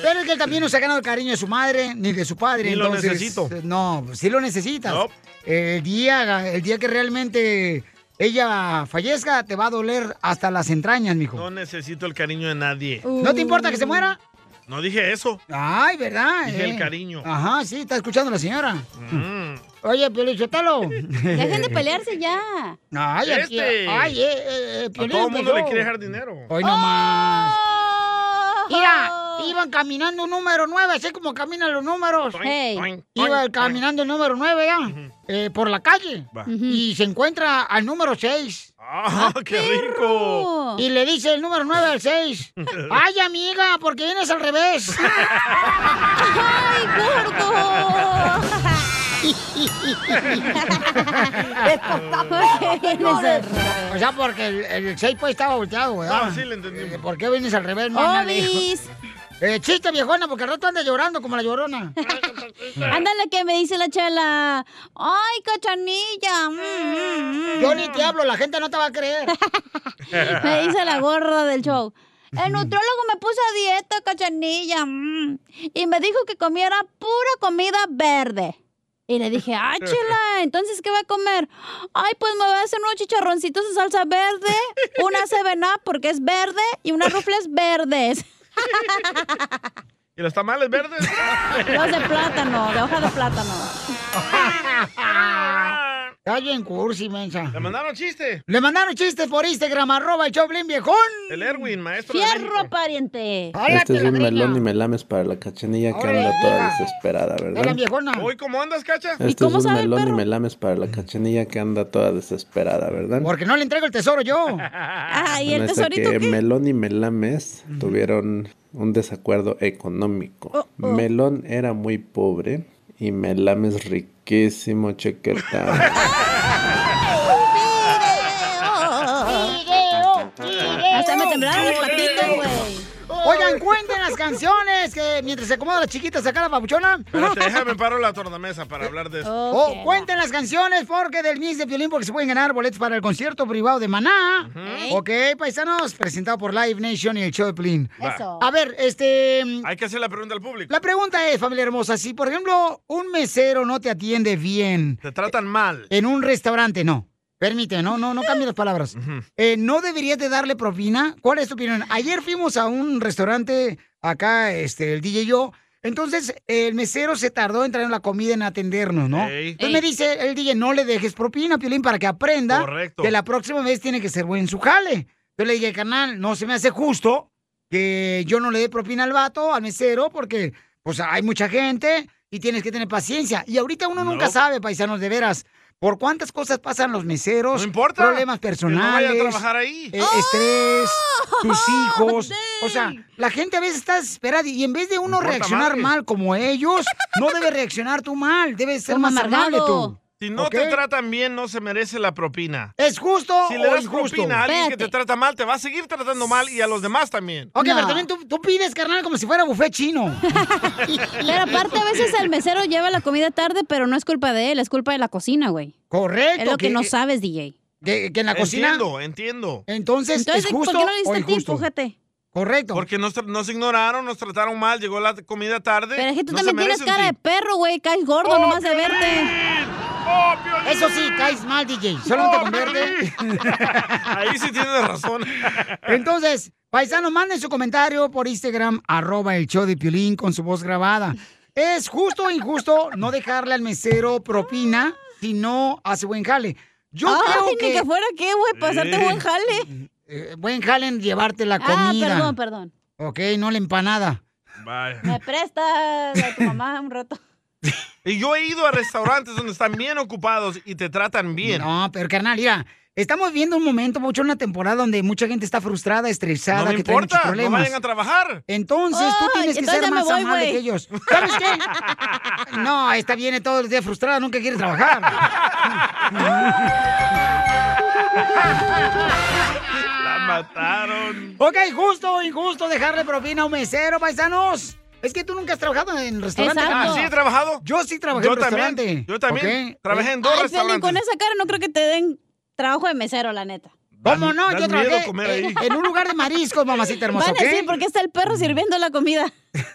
[SPEAKER 1] Pero es que él también no se ha ganado el cariño de su madre ni de su padre.
[SPEAKER 2] Ni lo
[SPEAKER 1] entonces,
[SPEAKER 2] necesito.
[SPEAKER 1] No, pues sí lo necesitas. El, día, el día que realmente ella fallezca, te va a doler hasta las entrañas, mijo.
[SPEAKER 2] No necesito el cariño de nadie.
[SPEAKER 1] ¿No te importa que se muera?
[SPEAKER 2] No dije eso.
[SPEAKER 1] Ay, ¿verdad?
[SPEAKER 2] Dije
[SPEAKER 1] eh?
[SPEAKER 2] el cariño.
[SPEAKER 1] Ajá, sí, está escuchando la señora.
[SPEAKER 2] Mm.
[SPEAKER 1] Oye, Piolichotelo.
[SPEAKER 3] Dejen de pelearse ya.
[SPEAKER 1] Ay, aquí,
[SPEAKER 2] Este.
[SPEAKER 1] ay, eh, eh, eh,
[SPEAKER 2] A
[SPEAKER 1] Piolín
[SPEAKER 2] todo el mundo le
[SPEAKER 1] empezó.
[SPEAKER 2] quiere dejar dinero.
[SPEAKER 1] Hoy nomás. Mira, Iban caminando un número 9, así como caminan los números.
[SPEAKER 7] Toing, Hey. toing,
[SPEAKER 1] Iba
[SPEAKER 7] toing,
[SPEAKER 1] caminando el número 9, ¿ya? Eh, por la calle.
[SPEAKER 7] Va.
[SPEAKER 1] Y se encuentra al número 6.
[SPEAKER 7] ¡Ah, qué rico!
[SPEAKER 1] Y le dice el número 9 al 6. ¡Ay, amiga! Porque vienes al revés. ¡Ay, o sea, porque el- el 6 pues estaba volteado, ¿verdad?
[SPEAKER 2] Ah, sí, le entendí.
[SPEAKER 1] ¿Por qué vienes al revés? No, nadie dijo.
[SPEAKER 3] ¡Obis!
[SPEAKER 1] Eh, chiste, viejona, porque al rato anda llorando como la llorona.
[SPEAKER 3] Ándale que me dice la chela. ¡Ay, cachanilla! mm, mm, mm".
[SPEAKER 1] Yo ni te hablo, la gente no te va a creer.
[SPEAKER 3] Me dice la gorda del show. El nutriólogo me puso a dieta, cachanilla. mm, y me dijo que comiera pura comida verde. Y le dije, ah, chela, entonces, ¿qué va a comer? Ay, pues me voy a hacer unos chicharroncitos en salsa verde, una CBNA porque es verde y unas rufles verdes.
[SPEAKER 2] ¿Y los tamales verdes?
[SPEAKER 3] Los de plátano, de hoja de plátano.
[SPEAKER 1] Está bien cursi, mensa.
[SPEAKER 2] ¿Le mandaron chiste?
[SPEAKER 1] Le mandaron chistes por Instagram, arroba el Choplin viejón.
[SPEAKER 2] El Erwin, maestro. de
[SPEAKER 3] Fierro, pariente.
[SPEAKER 14] Este es un melón y melames para la cachanilla que anda toda desesperada,
[SPEAKER 1] Hola,
[SPEAKER 14] ¿verdad?
[SPEAKER 1] viejona.
[SPEAKER 2] Hoy, ¿cómo andas, cacha?
[SPEAKER 14] Este es un melón y melames para la cachanilla que anda toda desesperada, ¿verdad?
[SPEAKER 1] Porque no le entrego el tesoro yo.
[SPEAKER 3] Ah,
[SPEAKER 14] Bueno, este- es de que Melón y Melames tuvieron un desacuerdo económico.
[SPEAKER 1] Oh,
[SPEAKER 14] Melón era muy pobre y Melames riquísimo chaqueta.
[SPEAKER 3] Hasta me temblaron los patitos, güey.
[SPEAKER 1] Oigan, cuenten las canciones que mientras se acomoda la chiquita saca la papuchona.
[SPEAKER 2] Espérate, déjame paro la tornamesa para hablar de esto.
[SPEAKER 1] Oh, cuenten las canciones porque del Miss de Piolín porque se pueden ganar boletos para el concierto privado de Maná. Ok, paisanos, presentado por Live Nation y el show de Piolín.
[SPEAKER 2] Va. Eso.
[SPEAKER 1] A ver, este...
[SPEAKER 2] Hay que hacer la pregunta al público.
[SPEAKER 1] La pregunta es, familia hermosa, si por ejemplo un mesero no te atiende bien.
[SPEAKER 2] Te tratan mal.
[SPEAKER 1] En un restaurante, no. Permíteme, no, no, no cambie las palabras. Eh, ¿No deberías de darle propina? ¿Cuál es tu opinión? Ayer fuimos a un restaurante acá, este, el DJ y yo. Entonces, el mesero se tardó en traer la comida, en atendernos, ¿no?
[SPEAKER 7] Ey.
[SPEAKER 1] Entonces me dice el DJ, no le dejes propina, Piolín, para que aprenda
[SPEAKER 7] Correcto.
[SPEAKER 1] que la próxima vez tiene que ser buen su jale. Yo le dije, carnal, no se me hace justo que yo no le dé propina al vato, al mesero, porque pues hay mucha gente y tienes que tener paciencia. Y ahorita uno nunca sabe, paisanos, de veras, por cuántas cosas pasan los meseros.
[SPEAKER 2] importa,
[SPEAKER 1] Problemas
[SPEAKER 2] que no vaya a
[SPEAKER 1] personales.
[SPEAKER 2] trabajar ahí. ¡Oh!
[SPEAKER 1] eh, estrés, tus hijos. O sea, la gente a veces está desesperada y en vez de uno
[SPEAKER 2] Importa
[SPEAKER 1] reaccionar
[SPEAKER 2] madre.
[SPEAKER 1] mal como ellos, no debes reaccionar tú mal, debes ser
[SPEAKER 3] Como
[SPEAKER 1] más amable tú.
[SPEAKER 3] amargado.
[SPEAKER 2] Si no
[SPEAKER 1] ¿Ok?
[SPEAKER 2] te tratan bien, no se merece la propina.
[SPEAKER 1] ¿Es justo
[SPEAKER 2] Si le
[SPEAKER 1] o
[SPEAKER 2] das
[SPEAKER 1] injusto?
[SPEAKER 2] propina a alguien que te
[SPEAKER 1] Espérate.
[SPEAKER 2] trata mal, te va a seguir tratando mal y a los demás también.
[SPEAKER 1] Ok, pero también tú, tú pides, carnal, como si fuera buffet chino.
[SPEAKER 3] Pero aparte, a veces el mesero lleva la comida tarde, pero no es culpa de él, es culpa de la cocina, güey.
[SPEAKER 1] Correcto.
[SPEAKER 3] Es lo que,
[SPEAKER 1] que- eh,
[SPEAKER 3] no sabes, DJ.
[SPEAKER 1] Que, que en la cocina.
[SPEAKER 2] Entiendo, entiendo.
[SPEAKER 1] Entonces, ¿es
[SPEAKER 3] ¿por
[SPEAKER 1] justo
[SPEAKER 3] qué no le
[SPEAKER 1] o
[SPEAKER 3] diste tiempo?
[SPEAKER 1] injusto?
[SPEAKER 3] Fíjate.
[SPEAKER 1] Correcto.
[SPEAKER 2] Porque nos, tra- nos ignoraron, nos trataron mal, llegó la comida tarde.
[SPEAKER 3] Pero es que tú
[SPEAKER 2] no se
[SPEAKER 3] también tienes
[SPEAKER 2] merecen
[SPEAKER 3] cara de
[SPEAKER 2] tip.
[SPEAKER 3] perro, güey. Caes gordo
[SPEAKER 2] ¡Oh,
[SPEAKER 3] nomás de
[SPEAKER 2] Piolín!
[SPEAKER 3] verte.
[SPEAKER 1] Eso sí, caes mal, DJ. Solo te convierte.
[SPEAKER 2] Ahí sí tienes razón.
[SPEAKER 1] Entonces, paisano, manden su comentario por Instagram, arroba el show de Piolín con su voz grabada. ¿Es justo o injusto no dejarle al mesero propina si no hace buen jale? Yo
[SPEAKER 3] Ay,
[SPEAKER 1] creo
[SPEAKER 3] ni
[SPEAKER 1] que...
[SPEAKER 3] que fuera qué, güey, pasarte buen
[SPEAKER 1] jale. buen jale en llevarte la
[SPEAKER 3] Ah,
[SPEAKER 1] comida.
[SPEAKER 3] perdón, perdón.
[SPEAKER 1] Ok, no la empanada.
[SPEAKER 3] Me prestas a tu mamá un rato.
[SPEAKER 2] Y yo he ido a restaurantes donde están bien ocupados y te tratan bien.
[SPEAKER 1] No, pero carnal, mira, estamos viendo un momento, mucho una temporada donde mucha gente está frustrada, estresada,
[SPEAKER 2] No me
[SPEAKER 1] que trae muchos
[SPEAKER 2] importa, no
[SPEAKER 1] problemas.
[SPEAKER 2] vayan a trabajar.
[SPEAKER 1] Entonces tú
[SPEAKER 2] Ay,
[SPEAKER 1] tienes que
[SPEAKER 2] entonces
[SPEAKER 1] ser
[SPEAKER 2] ya me
[SPEAKER 1] más
[SPEAKER 2] voy,
[SPEAKER 1] amable
[SPEAKER 2] güey.
[SPEAKER 1] que ellos. ¿Sabes qué? No, esta viene todos los días frustrada, nunca quiere trabajar.
[SPEAKER 2] La mataron.
[SPEAKER 1] ok, justo, injusto dejarle propina a un mesero, paisanos. Es que tú nunca has trabajado en restaurante.
[SPEAKER 3] Exacto.
[SPEAKER 1] carnal.
[SPEAKER 3] Ah, sí, he
[SPEAKER 2] trabajado.
[SPEAKER 1] Yo sí trabajé
[SPEAKER 2] Yo
[SPEAKER 1] en
[SPEAKER 2] también,
[SPEAKER 1] restaurante.
[SPEAKER 2] yo también.
[SPEAKER 1] ¿ok?
[SPEAKER 2] Trabajé en dos
[SPEAKER 3] Ay, Piolín,
[SPEAKER 2] restaurantes.
[SPEAKER 3] con esa cara no creo que te den trabajo de mesero, la neta.
[SPEAKER 1] ¿Cómo no?
[SPEAKER 2] dan
[SPEAKER 1] Yo
[SPEAKER 2] miedo
[SPEAKER 1] trabajé
[SPEAKER 2] comer ahí.
[SPEAKER 1] en un lugar de mariscos, mamacita hermosa,
[SPEAKER 3] Van
[SPEAKER 1] ¿ok?
[SPEAKER 3] a decir, ¿por qué está el perro sirviendo la comida?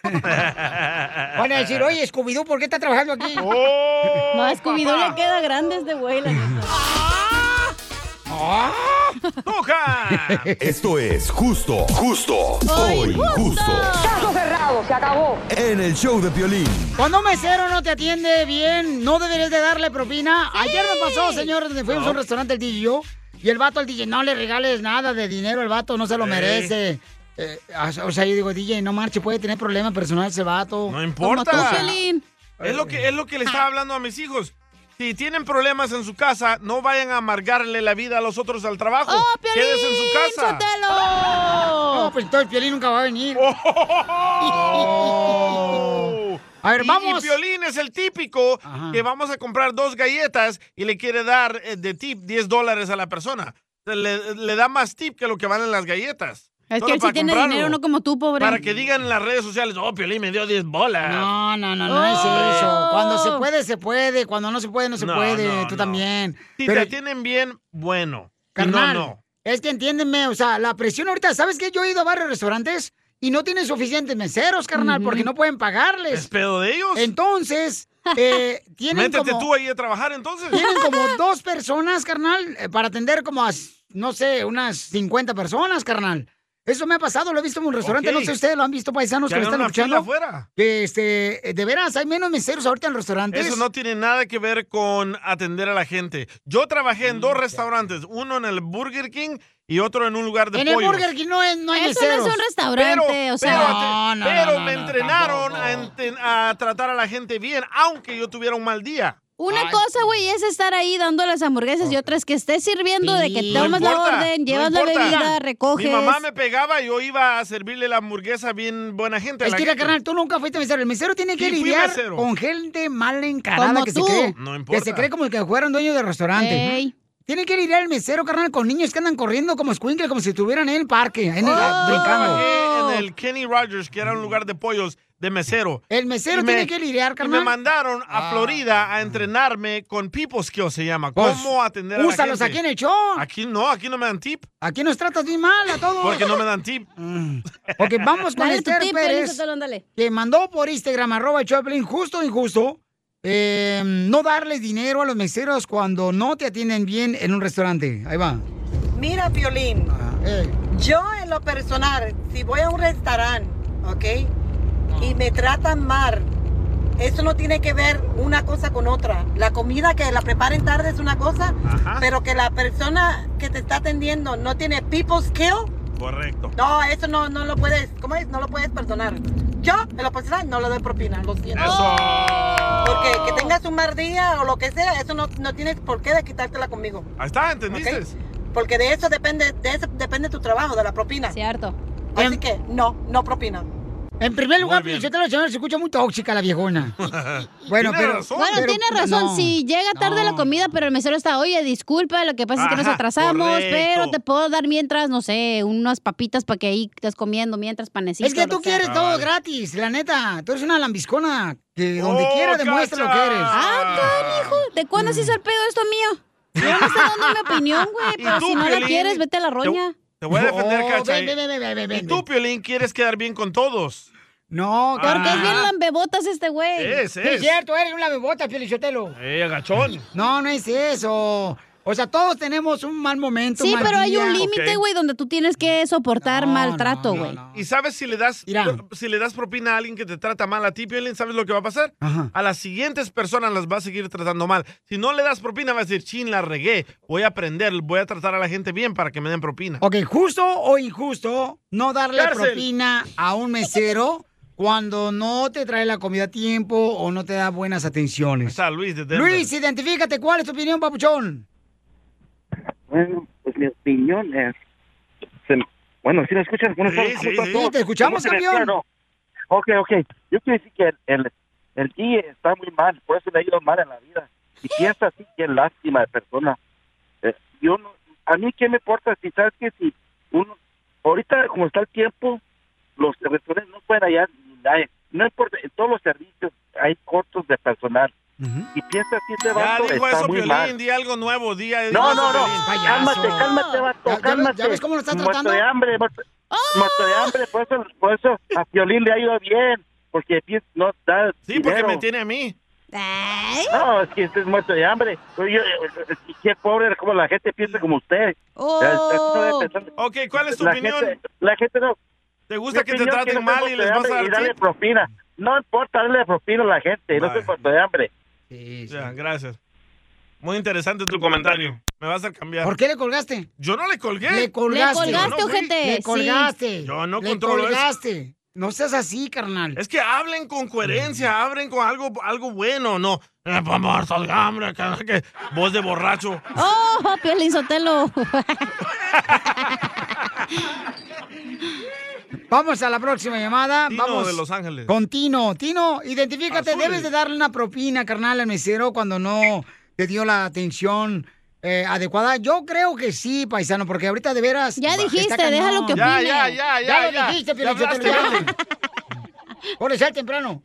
[SPEAKER 1] Van a decir, oye, Scooby-Doo, ¿por qué está trabajando aquí?
[SPEAKER 2] Oh,
[SPEAKER 3] No, a Scooby-Doo le queda grande este güey, la neta.
[SPEAKER 4] Ah. Esto es justo, justo o injusto.
[SPEAKER 1] Caso cerrado, se acabó.
[SPEAKER 4] En el show de Piolín.
[SPEAKER 1] Cuando un mesero no te atiende bien, no deberías de darle propina. Ayer me pasó, señor, donde fuimos a un restaurante el DJ y yo, y el vato al DJ, no le regales nada de dinero, el vato no se lo
[SPEAKER 7] Ey.
[SPEAKER 1] merece. eh, o sea, yo digo, DJ, no marche, puede tener problemas personales ese vato. No
[SPEAKER 2] importa. Es lo que es lo que
[SPEAKER 3] Ah.
[SPEAKER 2] le estaba hablando a mis hijos. Si tienen problemas en su casa, no vayan a amargarle la vida a los otros al trabajo.
[SPEAKER 7] ¡Oh, Piolín,
[SPEAKER 2] Quédense en su casa.
[SPEAKER 7] Sotelo!
[SPEAKER 1] No, pues entonces Piolín nunca va a venir. A ver,
[SPEAKER 2] Oh. Y-
[SPEAKER 1] vamos.
[SPEAKER 2] Y Piolín es el típico que vamos a comprar dos galletas y le quiere dar eh, de tip 10 dólares a la persona. Le, le da más tip que lo que valen las galletas.
[SPEAKER 3] Es
[SPEAKER 2] Solo
[SPEAKER 3] que él sí
[SPEAKER 2] para
[SPEAKER 3] tiene
[SPEAKER 2] comprarlo.
[SPEAKER 3] dinero, no como tú, pobre.
[SPEAKER 2] Para que digan en las redes sociales, oh, Piolín me dio 10 bolas.
[SPEAKER 1] No, no, no, no es eso. Cuando se puede, se puede. Cuando no se puede, no se
[SPEAKER 2] Oh. No,
[SPEAKER 1] puede.
[SPEAKER 2] no,
[SPEAKER 1] Tú
[SPEAKER 2] no.
[SPEAKER 1] también.
[SPEAKER 2] Si
[SPEAKER 1] Pero-
[SPEAKER 2] te tienen bien, bueno. Si
[SPEAKER 1] Carnal,
[SPEAKER 2] no, no.
[SPEAKER 1] Es que entiéndeme, o sea, la presión ahorita, ¿sabes qué? Yo he ido a varios restaurantes y no tienen suficientes meseros, carnal, porque no pueden pagarles.
[SPEAKER 2] ¿Es pedo de ellos?
[SPEAKER 1] Entonces, eh, tienen
[SPEAKER 2] Métete
[SPEAKER 1] como...
[SPEAKER 2] tú ahí a trabajar entonces.
[SPEAKER 1] Tienen como dos personas, carnal, eh, para atender como a, no sé, unas 50 personas, carnal. Eso me ha pasado, lo he visto en un restaurante,
[SPEAKER 2] Ok.
[SPEAKER 1] no sé ustedes lo han visto, paisanos
[SPEAKER 2] Que
[SPEAKER 1] que me
[SPEAKER 2] hagan
[SPEAKER 1] están
[SPEAKER 2] una
[SPEAKER 1] escuchando.
[SPEAKER 2] fila afuera.
[SPEAKER 1] Que, este, eh, de veras, hay menos meseros ahorita en los restaurantes.
[SPEAKER 2] Eso no tiene nada que ver con atender a la gente. Yo trabajé en dos restaurantes, uno en el Burger King y otro en un lugar de
[SPEAKER 1] En el
[SPEAKER 2] pollo.
[SPEAKER 1] Burger King no, es, no hay
[SPEAKER 3] Eso no es
[SPEAKER 1] meseros.
[SPEAKER 3] un restaurante,
[SPEAKER 2] pero,
[SPEAKER 3] o sea-
[SPEAKER 2] pero-
[SPEAKER 3] No, no,
[SPEAKER 2] pero
[SPEAKER 3] no, no,
[SPEAKER 2] me
[SPEAKER 3] no,
[SPEAKER 2] entrenaron a, enten- a tratar a la gente bien, aunque yo tuviera un mal día.
[SPEAKER 3] Una cosa, güey, es estar ahí dando las hamburguesas y otra es que estés sirviendo de que
[SPEAKER 2] Sí.
[SPEAKER 3] tomas
[SPEAKER 2] No
[SPEAKER 3] la
[SPEAKER 2] importa,
[SPEAKER 3] orden,
[SPEAKER 2] no
[SPEAKER 3] llevas la
[SPEAKER 2] importa.
[SPEAKER 3] bebida, recoges.
[SPEAKER 2] Mi mamá me pegaba y yo iba a servirle la hamburguesa bien buena gente. a
[SPEAKER 1] Es
[SPEAKER 2] la
[SPEAKER 1] que, mira,
[SPEAKER 2] gente.
[SPEAKER 1] carnal, tú nunca fuiste mesero. El mesero tiene que
[SPEAKER 2] Sí, fui
[SPEAKER 1] lidiar
[SPEAKER 2] mesero.
[SPEAKER 1] con gente mal encarada
[SPEAKER 2] Como
[SPEAKER 1] que
[SPEAKER 2] tú.
[SPEAKER 1] se cree.
[SPEAKER 2] No
[SPEAKER 1] que
[SPEAKER 2] importa.
[SPEAKER 1] se cree como el que fueran dueño de restaurante.
[SPEAKER 2] Ey.
[SPEAKER 1] Tiene que lidiar el mesero, carnal, con niños que andan corriendo como escuincles, como si estuvieran en el parque, en el
[SPEAKER 2] Yo
[SPEAKER 1] brincando.
[SPEAKER 2] trabajé Oh. en el Kenny Rogers, que era un lugar de pollos, de mesero.
[SPEAKER 1] El mesero
[SPEAKER 2] Y
[SPEAKER 1] tiene que lidiar,
[SPEAKER 2] Y
[SPEAKER 1] carnal. Ah.
[SPEAKER 2] me mandaron a Florida a entrenarme con people skills, se llama.
[SPEAKER 1] Pues,
[SPEAKER 2] ¿Cómo atender a la gente?
[SPEAKER 1] úsalos aquí en el show.
[SPEAKER 2] Aquí no, aquí no me dan tip.
[SPEAKER 1] Aquí nos tratas bien mal a todos. Mm.
[SPEAKER 2] Porque no me dan tip.
[SPEAKER 1] Ok, vamos con
[SPEAKER 3] Dale tu
[SPEAKER 1] Esther
[SPEAKER 3] tip, Piolín
[SPEAKER 1] Pérez,
[SPEAKER 3] Sotelo, ándale.
[SPEAKER 1] que mandó por Instagram, arroba el show de Piolín, justo o injusto, eh, no darles dinero a los meseros cuando no te atienden bien en un restaurante. Ahí va.
[SPEAKER 15] Mira, Piolín, yo en lo personal, si voy a un restaurante, ¿ok? Y me tratan mal, eso no tiene que ver una cosa con otra. La comida que la preparen tarde es una cosa, pero que la persona que te está atendiendo no tiene people skill,
[SPEAKER 2] Correcto.
[SPEAKER 15] no, eso no, no lo puedes, ¿cómo es? No lo puedes perdonar. Yo, en lo personal, no le doy propina, lo siento.
[SPEAKER 2] Eso.
[SPEAKER 15] Porque que tengas un mal día o lo que sea, eso no, no tienes por qué de quitártela conmigo.
[SPEAKER 2] Ahí está, ¿entendiste?
[SPEAKER 15] ¿ok? Porque de eso depende, de eso depende tu trabajo, de la propina.
[SPEAKER 3] Cierto.
[SPEAKER 15] Así que no, no propina.
[SPEAKER 1] En primer lugar, Piolín Sotelo, señor, se escucha muy tóxica la viejona. Bueno, pero...
[SPEAKER 3] Bueno,
[SPEAKER 1] pero-
[SPEAKER 3] tiene
[SPEAKER 2] pues
[SPEAKER 3] razón.
[SPEAKER 1] no.
[SPEAKER 3] Si llega tarde la comida, pero el mesero está, oye, disculpa, lo que pasa es que nos
[SPEAKER 1] Ajá,
[SPEAKER 3] atrasamos,
[SPEAKER 1] correcto.
[SPEAKER 3] pero te puedo dar mientras, no sé, unas papitas para que ahí estés comiendo mientras panecitos.
[SPEAKER 1] Es que tú quieres todo gratis, la neta. Tú eres una lambiscona que donde
[SPEAKER 3] Oh,
[SPEAKER 1] quiera demuestra lo que
[SPEAKER 3] cacha.
[SPEAKER 1] eres.
[SPEAKER 3] Ah, caray, hijo. ¿De cuándo se hizo el pedo esto mío? Yo no estoy dando mi opinión, güey,
[SPEAKER 2] ¿Y
[SPEAKER 3] pero
[SPEAKER 2] tú,
[SPEAKER 3] si no
[SPEAKER 2] Piolín?
[SPEAKER 3] la quieres, vete a la
[SPEAKER 2] Te-
[SPEAKER 3] roña.
[SPEAKER 2] Te voy a defender,
[SPEAKER 1] Oh,
[SPEAKER 2] Cacha. eh.
[SPEAKER 1] ven, ven, ven, ven,
[SPEAKER 2] y tú, Piolín, quieres quedar bien con todos. Ah.
[SPEAKER 1] No,
[SPEAKER 3] Porque es bien lambebotas este güey.
[SPEAKER 2] Es,
[SPEAKER 1] Ah. Sí, es cierto, eres una bebota, Pielichotelo.
[SPEAKER 2] Eh, agachón.
[SPEAKER 1] No, no es eso. O sea, todos tenemos un mal momento.
[SPEAKER 3] Sí,
[SPEAKER 1] mal
[SPEAKER 3] pero hay un
[SPEAKER 1] día.
[SPEAKER 3] límite, güey, donde tú tienes que soportar maltrato, güey.
[SPEAKER 2] ¿Y sabes si le das si le das propina a alguien que te trata mal a ti, Piolín, sabes lo que va a pasar? A las siguientes personas las va a seguir tratando mal. Si no le das propina, va a decir, chin, la regué, voy a aprender, voy a tratar a la gente bien para que me den propina.
[SPEAKER 1] Ok, justo o injusto no darle
[SPEAKER 2] Cárcel.
[SPEAKER 1] propina a un mesero cuando no te trae la comida a tiempo o no te da buenas atenciones.
[SPEAKER 2] Está Luis de Denver.
[SPEAKER 1] Luis, identifícate, ¿cuál es tu opinión, papuchón?
[SPEAKER 16] Bueno, pues mi opinión es... se- bueno, si ¿sí me escuchan? Buenas
[SPEAKER 1] Sí,
[SPEAKER 16] tardes,
[SPEAKER 1] sí,
[SPEAKER 16] ¿cómo están
[SPEAKER 1] sí.
[SPEAKER 16] todos?
[SPEAKER 1] Te escuchamos,
[SPEAKER 16] ¿Cómo se
[SPEAKER 1] campeón.
[SPEAKER 16] decía, no? Ok, ok. Yo quiero decir que el, el, el día está muy mal, por eso le ha ido mal en la vida. Y si es así, qué lástima de persona. Eh, yo no, a mí qué me importa si sabes que si uno... Ahorita, como está el tiempo, los restaurantes no pueden hallar ni nadie. No importa, en todos los servicios hay cortos de personal. Y piensa así, este
[SPEAKER 2] Ya
[SPEAKER 16] vato
[SPEAKER 2] dijo
[SPEAKER 16] está
[SPEAKER 2] eso,
[SPEAKER 16] muy
[SPEAKER 2] Piolín,
[SPEAKER 16] mal.
[SPEAKER 2] di algo nuevo, di
[SPEAKER 16] No, no, no. Cálmate, cálmate, vato, cálmate. Muerto de hambre, muerto, muerto de hambre. Por eso, por eso a Piolín le ha ido bien. Porque pi- no da
[SPEAKER 2] Sí, porque me tiene a mí.
[SPEAKER 16] No, es que usted es muerto de hambre. Yo- yo- y qué pobre, como la gente piensa como usted.
[SPEAKER 2] Oh. Ok, ¿cuál es tu
[SPEAKER 16] La
[SPEAKER 2] opinión?
[SPEAKER 16] gente- la gente no...
[SPEAKER 2] ¿Te gusta
[SPEAKER 16] Mi
[SPEAKER 2] que te
[SPEAKER 16] opinión
[SPEAKER 2] traten
[SPEAKER 16] es que
[SPEAKER 2] mal
[SPEAKER 16] no
[SPEAKER 2] y
[SPEAKER 16] se
[SPEAKER 2] les vas a
[SPEAKER 16] hambre
[SPEAKER 2] dar
[SPEAKER 16] y darle
[SPEAKER 2] tip?
[SPEAKER 16] propina. No importa darle propina a la gente, no
[SPEAKER 2] Vale.
[SPEAKER 16] se muerto de hambre.
[SPEAKER 2] Ya, gracias. Muy interesante tu comentario. Me vas a cambiar.
[SPEAKER 1] ¿Por qué le colgaste?
[SPEAKER 2] Yo no le colgué.
[SPEAKER 1] Le colgaste.
[SPEAKER 2] Yo no fui.
[SPEAKER 1] Le colgaste.
[SPEAKER 2] Yo no
[SPEAKER 1] Le
[SPEAKER 2] controlo
[SPEAKER 1] colgaste.
[SPEAKER 2] eso.
[SPEAKER 1] No seas así, carnal.
[SPEAKER 2] Es que hablen con coherencia, hablen con algo, algo bueno, no. Eh, vamos, salgamos, que, que- voz de borracho.
[SPEAKER 3] ¡Oh, Piolín Sotelo!
[SPEAKER 1] Vamos a la próxima llamada.
[SPEAKER 2] Tino
[SPEAKER 1] Vamos
[SPEAKER 2] de Los Ángeles.
[SPEAKER 1] Con Tino. Tino, identifícate.
[SPEAKER 2] Azules.
[SPEAKER 1] Debes de darle una propina, carnal, al mesero cuando no te dio la atención eh, adecuada. Yo creo que sí, paisano, porque ahorita de veras...
[SPEAKER 3] Ya
[SPEAKER 1] está
[SPEAKER 3] dijiste,
[SPEAKER 1] cañón.
[SPEAKER 3] déjalo que Ya, opine. ya, ya, ya,
[SPEAKER 1] Ya
[SPEAKER 3] ya.
[SPEAKER 1] lo dijiste, pero
[SPEAKER 3] Ya hablaste,
[SPEAKER 1] Por eso temprano.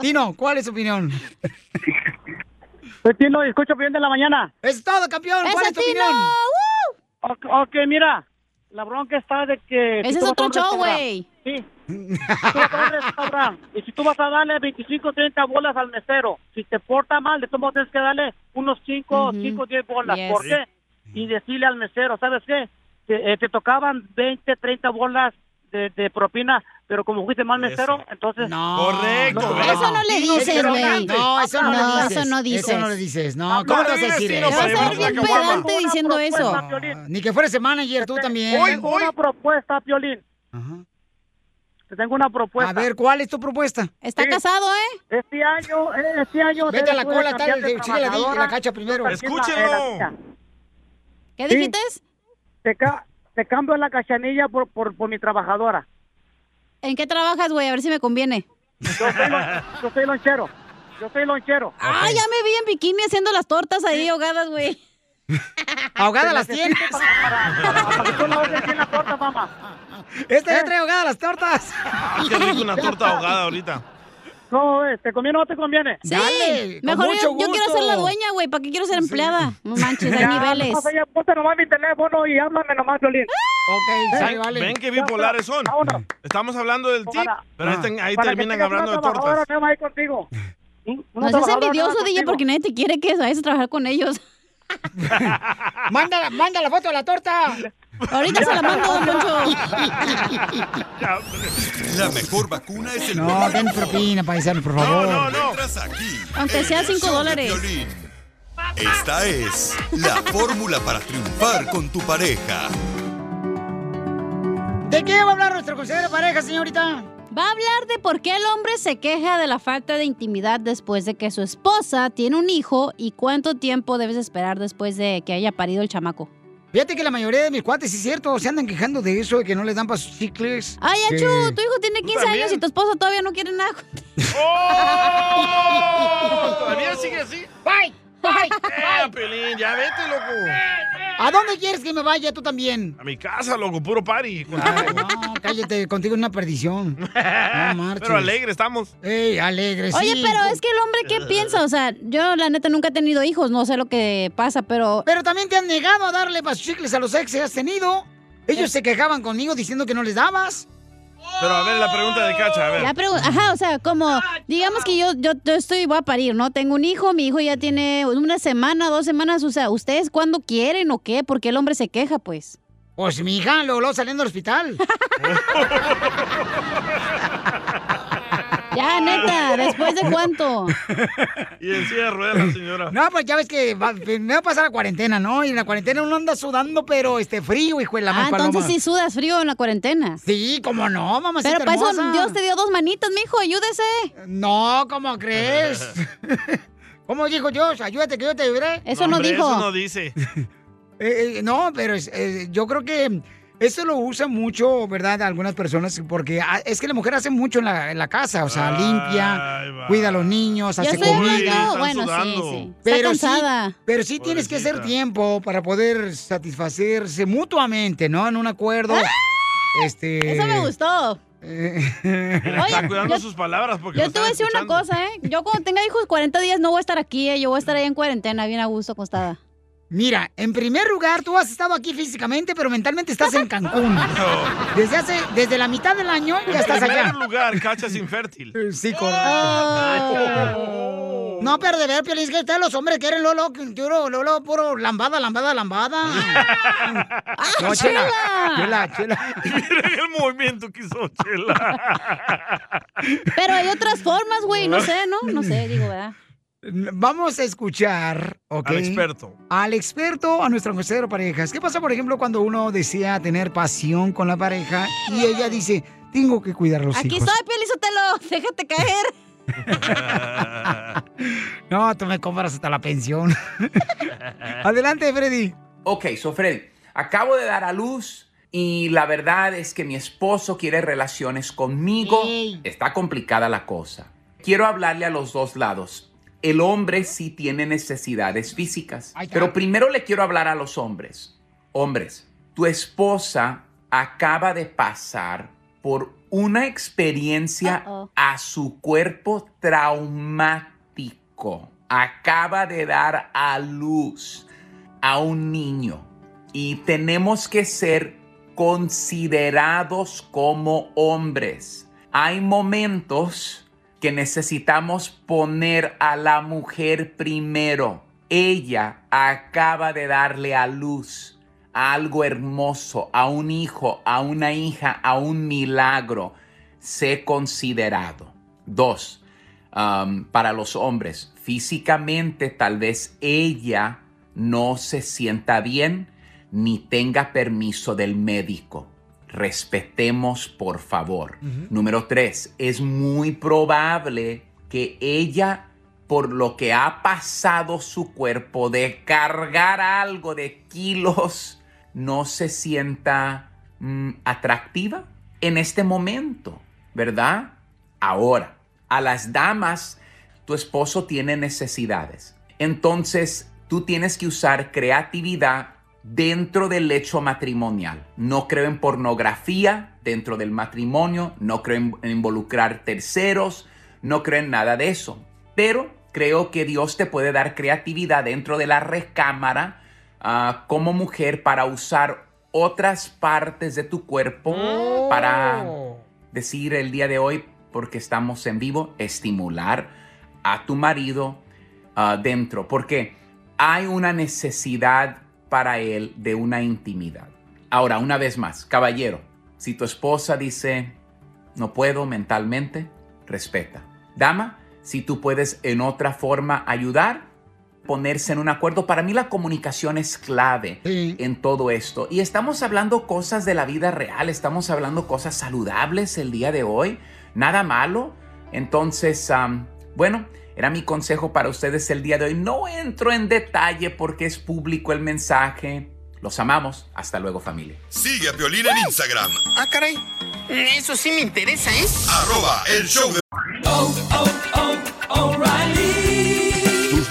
[SPEAKER 1] Tino, ¿cuál es tu opinión?
[SPEAKER 17] Soy Pues, Tino, escucho bien de la mañana.
[SPEAKER 1] Es todo, campeón.
[SPEAKER 17] ¿Cuál es tu opinión? Ok, ok, mira. eh, La bronca está de que... tú
[SPEAKER 7] Ese es
[SPEAKER 17] vas a
[SPEAKER 7] otro
[SPEAKER 17] un
[SPEAKER 7] show,
[SPEAKER 17] restaurante.
[SPEAKER 7] güey.
[SPEAKER 17] Sí. Tú vas a un restaurante y si tú vas a darle 25, 30 bolas al mesero, si te porta mal, de todos modos tienes que darle unos 5, 5, 10 bolas.
[SPEAKER 7] Yes.
[SPEAKER 17] ¿Por qué? Y decirle al mesero, ¿sabes qué? Te, eh, te tocaban 20, 30 bolas de, de propina, pero como fuiste mal mesero, entonces...
[SPEAKER 2] Correcto.
[SPEAKER 3] Eso no le dices, güey.
[SPEAKER 1] No, eso no,
[SPEAKER 3] No,
[SPEAKER 1] le dices.
[SPEAKER 3] eso no
[SPEAKER 1] Eso no
[SPEAKER 3] dices.
[SPEAKER 1] le dices. No,
[SPEAKER 3] No,
[SPEAKER 1] ¿cómo
[SPEAKER 3] no
[SPEAKER 1] te vas a
[SPEAKER 3] digas,
[SPEAKER 1] decir
[SPEAKER 3] Tino,
[SPEAKER 1] eso?
[SPEAKER 3] para Te vas a ir llevar bien la caguama. pedante diciendo
[SPEAKER 1] Una
[SPEAKER 3] eso.
[SPEAKER 1] propuesta, Piolín. Ni que fueras manager tú también.
[SPEAKER 17] Hoy, hoy. Este, Una propuesta, Piolín. Te tengo una propuesta.
[SPEAKER 1] A ver, ¿cuál es tu propuesta?
[SPEAKER 3] Está casado, ¿eh?
[SPEAKER 17] Este año, eh, este año...
[SPEAKER 1] Vete a la
[SPEAKER 17] debes tú de
[SPEAKER 1] cola,
[SPEAKER 17] cambiar
[SPEAKER 1] tal,
[SPEAKER 17] de
[SPEAKER 1] síguele ahí, la
[SPEAKER 17] trabajadora.
[SPEAKER 1] cacha primero.
[SPEAKER 17] Tú también la- eh,
[SPEAKER 1] Escúchenlo.
[SPEAKER 17] la niña.
[SPEAKER 3] ¿Qué
[SPEAKER 17] Sí.
[SPEAKER 3] dijiste?
[SPEAKER 17] Te, ca- te cambio la cachanilla por, por, por mi trabajadora.
[SPEAKER 3] ¿En qué trabajas, güey? A ver si me conviene.
[SPEAKER 17] Yo soy lonchero. Yo soy lonchero.
[SPEAKER 3] Ah, ya me vi en bikini haciendo las tortas ahí ahogadas, güey.
[SPEAKER 1] Ahogadas
[SPEAKER 7] Este,
[SPEAKER 1] las
[SPEAKER 17] tienes.
[SPEAKER 1] Esta
[SPEAKER 17] este,
[SPEAKER 1] ya trae ahogadas las tortas.
[SPEAKER 2] Ah, qué rico una torta ahogada ahorita.
[SPEAKER 17] ¿Cómo ves? ¿Te conviene o no te conviene?
[SPEAKER 3] Sí, mejor yo, yo quiero ser la dueña, güey. ¿Para qué quiero ser empleada? No manches, hay
[SPEAKER 17] Ya,
[SPEAKER 3] niveles. Ah,
[SPEAKER 17] nomás, oye, ponte nomás mi teléfono y háblame nomás, Violín.
[SPEAKER 1] Ok,
[SPEAKER 2] Ven, ven que bipolares son. Estamos hablando del tip, pero ahí, ten- ahí terminan hablando de tortas.
[SPEAKER 17] ahí contigo.
[SPEAKER 3] No seas envidioso, DJ, porque nadie te quiere que vayas a trabajar con ellos.
[SPEAKER 1] manda, manda la foto de la torta.
[SPEAKER 3] Ahorita se la mando, don Poncho.
[SPEAKER 5] La mejor vacuna es el
[SPEAKER 1] No,
[SPEAKER 5] buen
[SPEAKER 1] den
[SPEAKER 5] humor.
[SPEAKER 1] propina, paisano, por favor.
[SPEAKER 5] no, no. Entras aquí.
[SPEAKER 3] Aunque sea 5 dólares.
[SPEAKER 5] Esta es la fórmula para triunfar con tu pareja.
[SPEAKER 1] ¿De qué va a hablar nuestro consejero de pareja, señorita?
[SPEAKER 3] Va a hablar de por qué el hombre se queja de la falta de intimidad después de que su esposa tiene un hijo y cuánto tiempo debes esperar después de que haya parido el chamaco.
[SPEAKER 1] Fíjate que la mayoría de mis cuates, sí es cierto, se andan quejando de eso, de que no les dan para sus chicles.
[SPEAKER 3] Ay,
[SPEAKER 1] que-
[SPEAKER 3] Achu, tu hijo tiene 15 años y tu esposa todavía no quiere nada.
[SPEAKER 2] ¡Oh! ¿Todavía sigue así?
[SPEAKER 1] ¡Bye! ¡Bye!
[SPEAKER 2] Eh, Pelín, ya vete, loco.
[SPEAKER 1] ¡Eh, ¿A dónde quieres que me vaya tú también?
[SPEAKER 2] A mi casa, loco, puro party.
[SPEAKER 1] No, cállate, contigo es una perdición. No marches.
[SPEAKER 2] Pero alegre estamos.
[SPEAKER 1] Ey, alegre,
[SPEAKER 3] Oye,
[SPEAKER 1] sí.
[SPEAKER 3] pero es que el hombre, ¿qué
[SPEAKER 1] Ugh.
[SPEAKER 3] piensa? O sea, yo la neta nunca he tenido hijos, no sé lo que pasa, pero...
[SPEAKER 1] Pero también te han negado a darle para sus chicles a los ex que has tenido.
[SPEAKER 3] Eh.
[SPEAKER 1] Ellos se quejaban conmigo diciendo que no les dabas.
[SPEAKER 2] Pero a ver la pregunta de Cacha, a ver.
[SPEAKER 3] La pregunta, ajá, o sea, como, digamos que yo, yo, yo estoy, voy a parir, ¿no? Tengo un hijo, mi hijo ya tiene una semana, dos semanas, o sea, ¿ustedes cuándo quieren o qué? Porque el hombre se queja, pues.
[SPEAKER 1] Pues mi hija lo luego saliendo del hospital.
[SPEAKER 3] Ya, neta, ¿después de cuánto?
[SPEAKER 2] Y en silla de ruedas la señora.
[SPEAKER 1] No, pues ya ves que va, primero pasa la cuarentena, ¿no? Y en la cuarentena uno anda sudando, pero este frío, hijo de la
[SPEAKER 3] Ah,
[SPEAKER 1] mal
[SPEAKER 3] entonces
[SPEAKER 1] paloma.
[SPEAKER 3] sí sudas frío en la cuarentena.
[SPEAKER 1] Sí, cómo no, mamacita
[SPEAKER 3] Pero para eso
[SPEAKER 1] hermosa.
[SPEAKER 3] Dios te dio dos manitas, mijo, ayúdese.
[SPEAKER 1] No, ¿cómo crees? ¿Cómo dijo Dios? Ayúdate que yo te ayudaré.
[SPEAKER 2] hombre, Eso no dice.
[SPEAKER 1] Eh, eh, no, pero es- eh, yo creo que eso lo usa mucho, ¿verdad? Algunas personas, porque ah, es que la mujer hace mucho en la, en la casa, o sea, limpia, cuida a los niños,
[SPEAKER 3] Yo
[SPEAKER 1] hace
[SPEAKER 3] estoy
[SPEAKER 1] comida.
[SPEAKER 3] hablando- Uy, bueno, están sí, sudando. sí. Está
[SPEAKER 1] Pero sí,
[SPEAKER 3] cansada.
[SPEAKER 1] pero sí tienes que hacer tiempo para poder satisfacerse mutuamente, ¿no? En un acuerdo. Este...
[SPEAKER 3] ¡Ah!
[SPEAKER 1] eh,
[SPEAKER 3] Eso me gustó.
[SPEAKER 2] Mira, está cuidando
[SPEAKER 3] yo-
[SPEAKER 2] sus palabras porque
[SPEAKER 3] Yo
[SPEAKER 2] lo
[SPEAKER 3] te voy a decir
[SPEAKER 2] están
[SPEAKER 3] una cosa, ¿eh? Yo cuando tenga hijos 40 días no voy a estar aquí, ¿eh? Yo voy a estar ahí en cuarentena, bien a gusto, acostada.
[SPEAKER 1] Mira, en primer lugar, tú has estado aquí físicamente, pero mentalmente estás en Cancún.
[SPEAKER 2] No.
[SPEAKER 1] Desde hace, desde la mitad del año ya estás
[SPEAKER 2] En
[SPEAKER 1] allá.
[SPEAKER 2] primer lugar, Cacha es infértil. Ah,
[SPEAKER 1] Sí, No, pero de ver, Piolín, es que ustedes los hombres quieren lolo, puro, lolo, puro lambada, lambada, lambada.
[SPEAKER 7] Ah,
[SPEAKER 1] No, chela. Chela, chela.
[SPEAKER 2] Miren el movimiento que hizo Chela.
[SPEAKER 3] Pero hay otras formas, güey, no sé, ¿no? No sé, digo, ¿verdad?
[SPEAKER 1] Vamos a escuchar, ¿ok?
[SPEAKER 2] Al experto.
[SPEAKER 1] Al experto, a nuestro consejero parejas. ¿Qué pasa, por ejemplo, cuando uno desea tener pasión con la pareja y ella dice, tengo que cuidar a los
[SPEAKER 3] Aquí
[SPEAKER 1] hijos?
[SPEAKER 3] estoy, Pielizotelo. Déjate caer.
[SPEAKER 1] No, tú me compras hasta la pensión. Adelante, Freddy.
[SPEAKER 18] Ok, so Fred, acabo de dar a luz y la verdad es que mi esposo quiere relaciones conmigo. Está complicada la cosa. Quiero hablarle a los dos lados. El hombre sí tiene necesidades físicas,
[SPEAKER 19] Ahí está.
[SPEAKER 18] pero primero le quiero hablar a los hombres. Hombres, tu esposa acaba de pasar por una experiencia a su cuerpo traumático. Acaba de dar a luz a un niño y tenemos que ser considerados como hombres. Hay momentos que necesitamos poner a la mujer primero. Ella acaba de darle a luz a algo hermoso, a un hijo, a una hija, a un milagro. Sé considerado. Dos, um, para los hombres, físicamente tal vez ella no se sienta bien ni tenga permiso del médico. Respetemos, por favor. Número tres, es muy probable que ella, por lo que ha pasado su cuerpo de cargar algo de kilos, no se sienta mm, atractiva en este momento, ¿verdad? Ahora, a las damas, tu esposo tiene necesidades. Entonces, tú tienes que usar creatividad dentro del hecho matrimonial. No creo en pornografía dentro del matrimonio, no creo en en involucrar terceros, no creo en nada de eso. Pero creo que Dios te puede dar creatividad dentro de la recámara ah, como mujer para usar otras partes de tu cuerpo para decir el día de hoy, porque estamos en vivo, estimular a tu marido ah, dentro, porque hay una necesidad para él de una intimidad. Ahora, una vez más, caballero, si tu esposa dice, no puedo mentalmente, respeta. Dama, si tú puedes en otra forma ayudar, ponerse en un acuerdo. Para mí la comunicación es clave en todo esto. Y estamos hablando cosas de la vida real, estamos hablando cosas saludables el día de hoy, nada malo. Entonces, am, bueno, era mi consejo para ustedes el día de hoy. No entro en detalle porque es público el mensaje. Los amamos. Hasta luego familia.
[SPEAKER 5] Sigue a Piolín en Instagram,
[SPEAKER 13] Ah, caray. Eso sí me interesa, ¿eh?
[SPEAKER 5] arroba el show de...
[SPEAKER 20] ¿Tus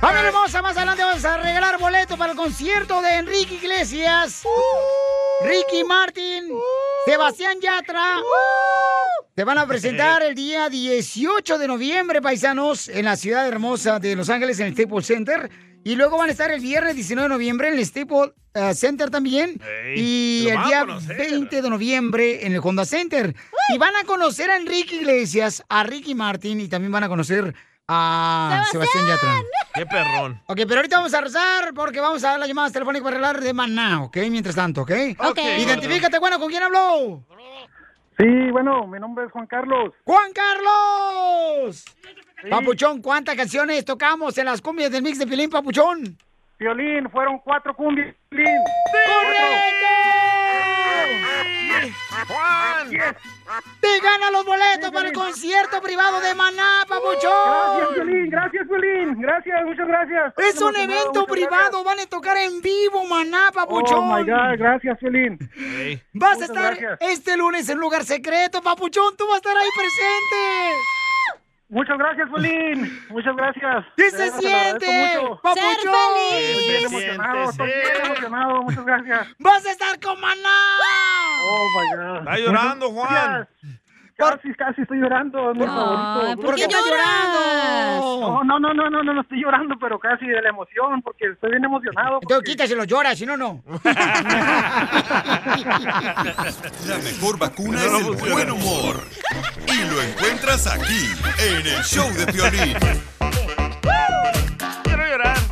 [SPEAKER 1] Familia hermosa, más adelante vamos a regalar boleto para el concierto de Enrique Iglesias, Ricky Martin, Sebastián Yatra. Te van a presentar el día 18 de noviembre, paisanos, en la ciudad hermosa de Los Ángeles, en el Staples Center. Y luego van a estar el viernes 19 de noviembre en el Staples eh, Center también.
[SPEAKER 7] Ey,
[SPEAKER 1] y
[SPEAKER 7] lo
[SPEAKER 1] el
[SPEAKER 7] van a
[SPEAKER 1] día
[SPEAKER 7] conocer.
[SPEAKER 1] 20 de noviembre en el Honda Center. Y van a conocer a Enrique Iglesias, a Ricky Martin y también van a conocer a Sebastián Yatra.
[SPEAKER 2] Qué perrón.
[SPEAKER 1] Ok, pero ahorita vamos a rezar porque vamos a dar las llamadas telefónicas para arreglar de maná, ¿ok? Mientras tanto, ¿ok?
[SPEAKER 7] Ok.
[SPEAKER 1] Identifícate, bueno, ¿con quién habló?
[SPEAKER 21] Sí, bueno, mi nombre es Juan Carlos.
[SPEAKER 1] ¡Juan Carlos! Papuchón, ¿cuántas canciones tocamos en las cumbias del mix de Pilín, Papuchón?
[SPEAKER 21] Violín, fueron cuatro cumbias.
[SPEAKER 1] ¡Correcto!
[SPEAKER 2] ¡Juan!
[SPEAKER 1] ¡Te gana los boletos para el concierto privado de Maná, papuchón!
[SPEAKER 21] Oh, Gracias, Violín, gracias, Violín. Gracias, muchas gracias.
[SPEAKER 1] Es un
[SPEAKER 21] Emocionado,
[SPEAKER 1] evento
[SPEAKER 21] muchas
[SPEAKER 1] privado, van a tocar en vivo, Maná, papuchón.
[SPEAKER 21] Oh my God, gracias, Violín.
[SPEAKER 1] Vas a
[SPEAKER 21] Muchas
[SPEAKER 1] estar
[SPEAKER 21] gracias.
[SPEAKER 1] este lunes en lugar secreto, papuchón. Tú vas a estar ahí presente.
[SPEAKER 21] Muchas gracias, Violín. Muchas gracias.
[SPEAKER 1] ¿Qué
[SPEAKER 21] De
[SPEAKER 1] se
[SPEAKER 21] verdad, lo
[SPEAKER 1] siente,
[SPEAKER 21] agradezco mucho.
[SPEAKER 1] papuchón?
[SPEAKER 21] Estoy bien emocionado, estoy bien emocionado. Muchas gracias.
[SPEAKER 1] Vas a estar con Maná.
[SPEAKER 21] Oh my God.
[SPEAKER 2] Está llorando, Juan.
[SPEAKER 21] Casi, casi estoy llorando. Es mi
[SPEAKER 1] Ay,
[SPEAKER 21] favorito.
[SPEAKER 1] ¿por qué
[SPEAKER 21] estás
[SPEAKER 1] lloras?
[SPEAKER 21] No, no, no, no, no, no, no estoy llorando, pero casi de la emoción, porque estoy bien emocionado.
[SPEAKER 1] Entonces quítaselo, llora, si no, no.
[SPEAKER 5] La mejor vacuna es el buen humor. Y lo encuentras aquí, en el show de Piolín.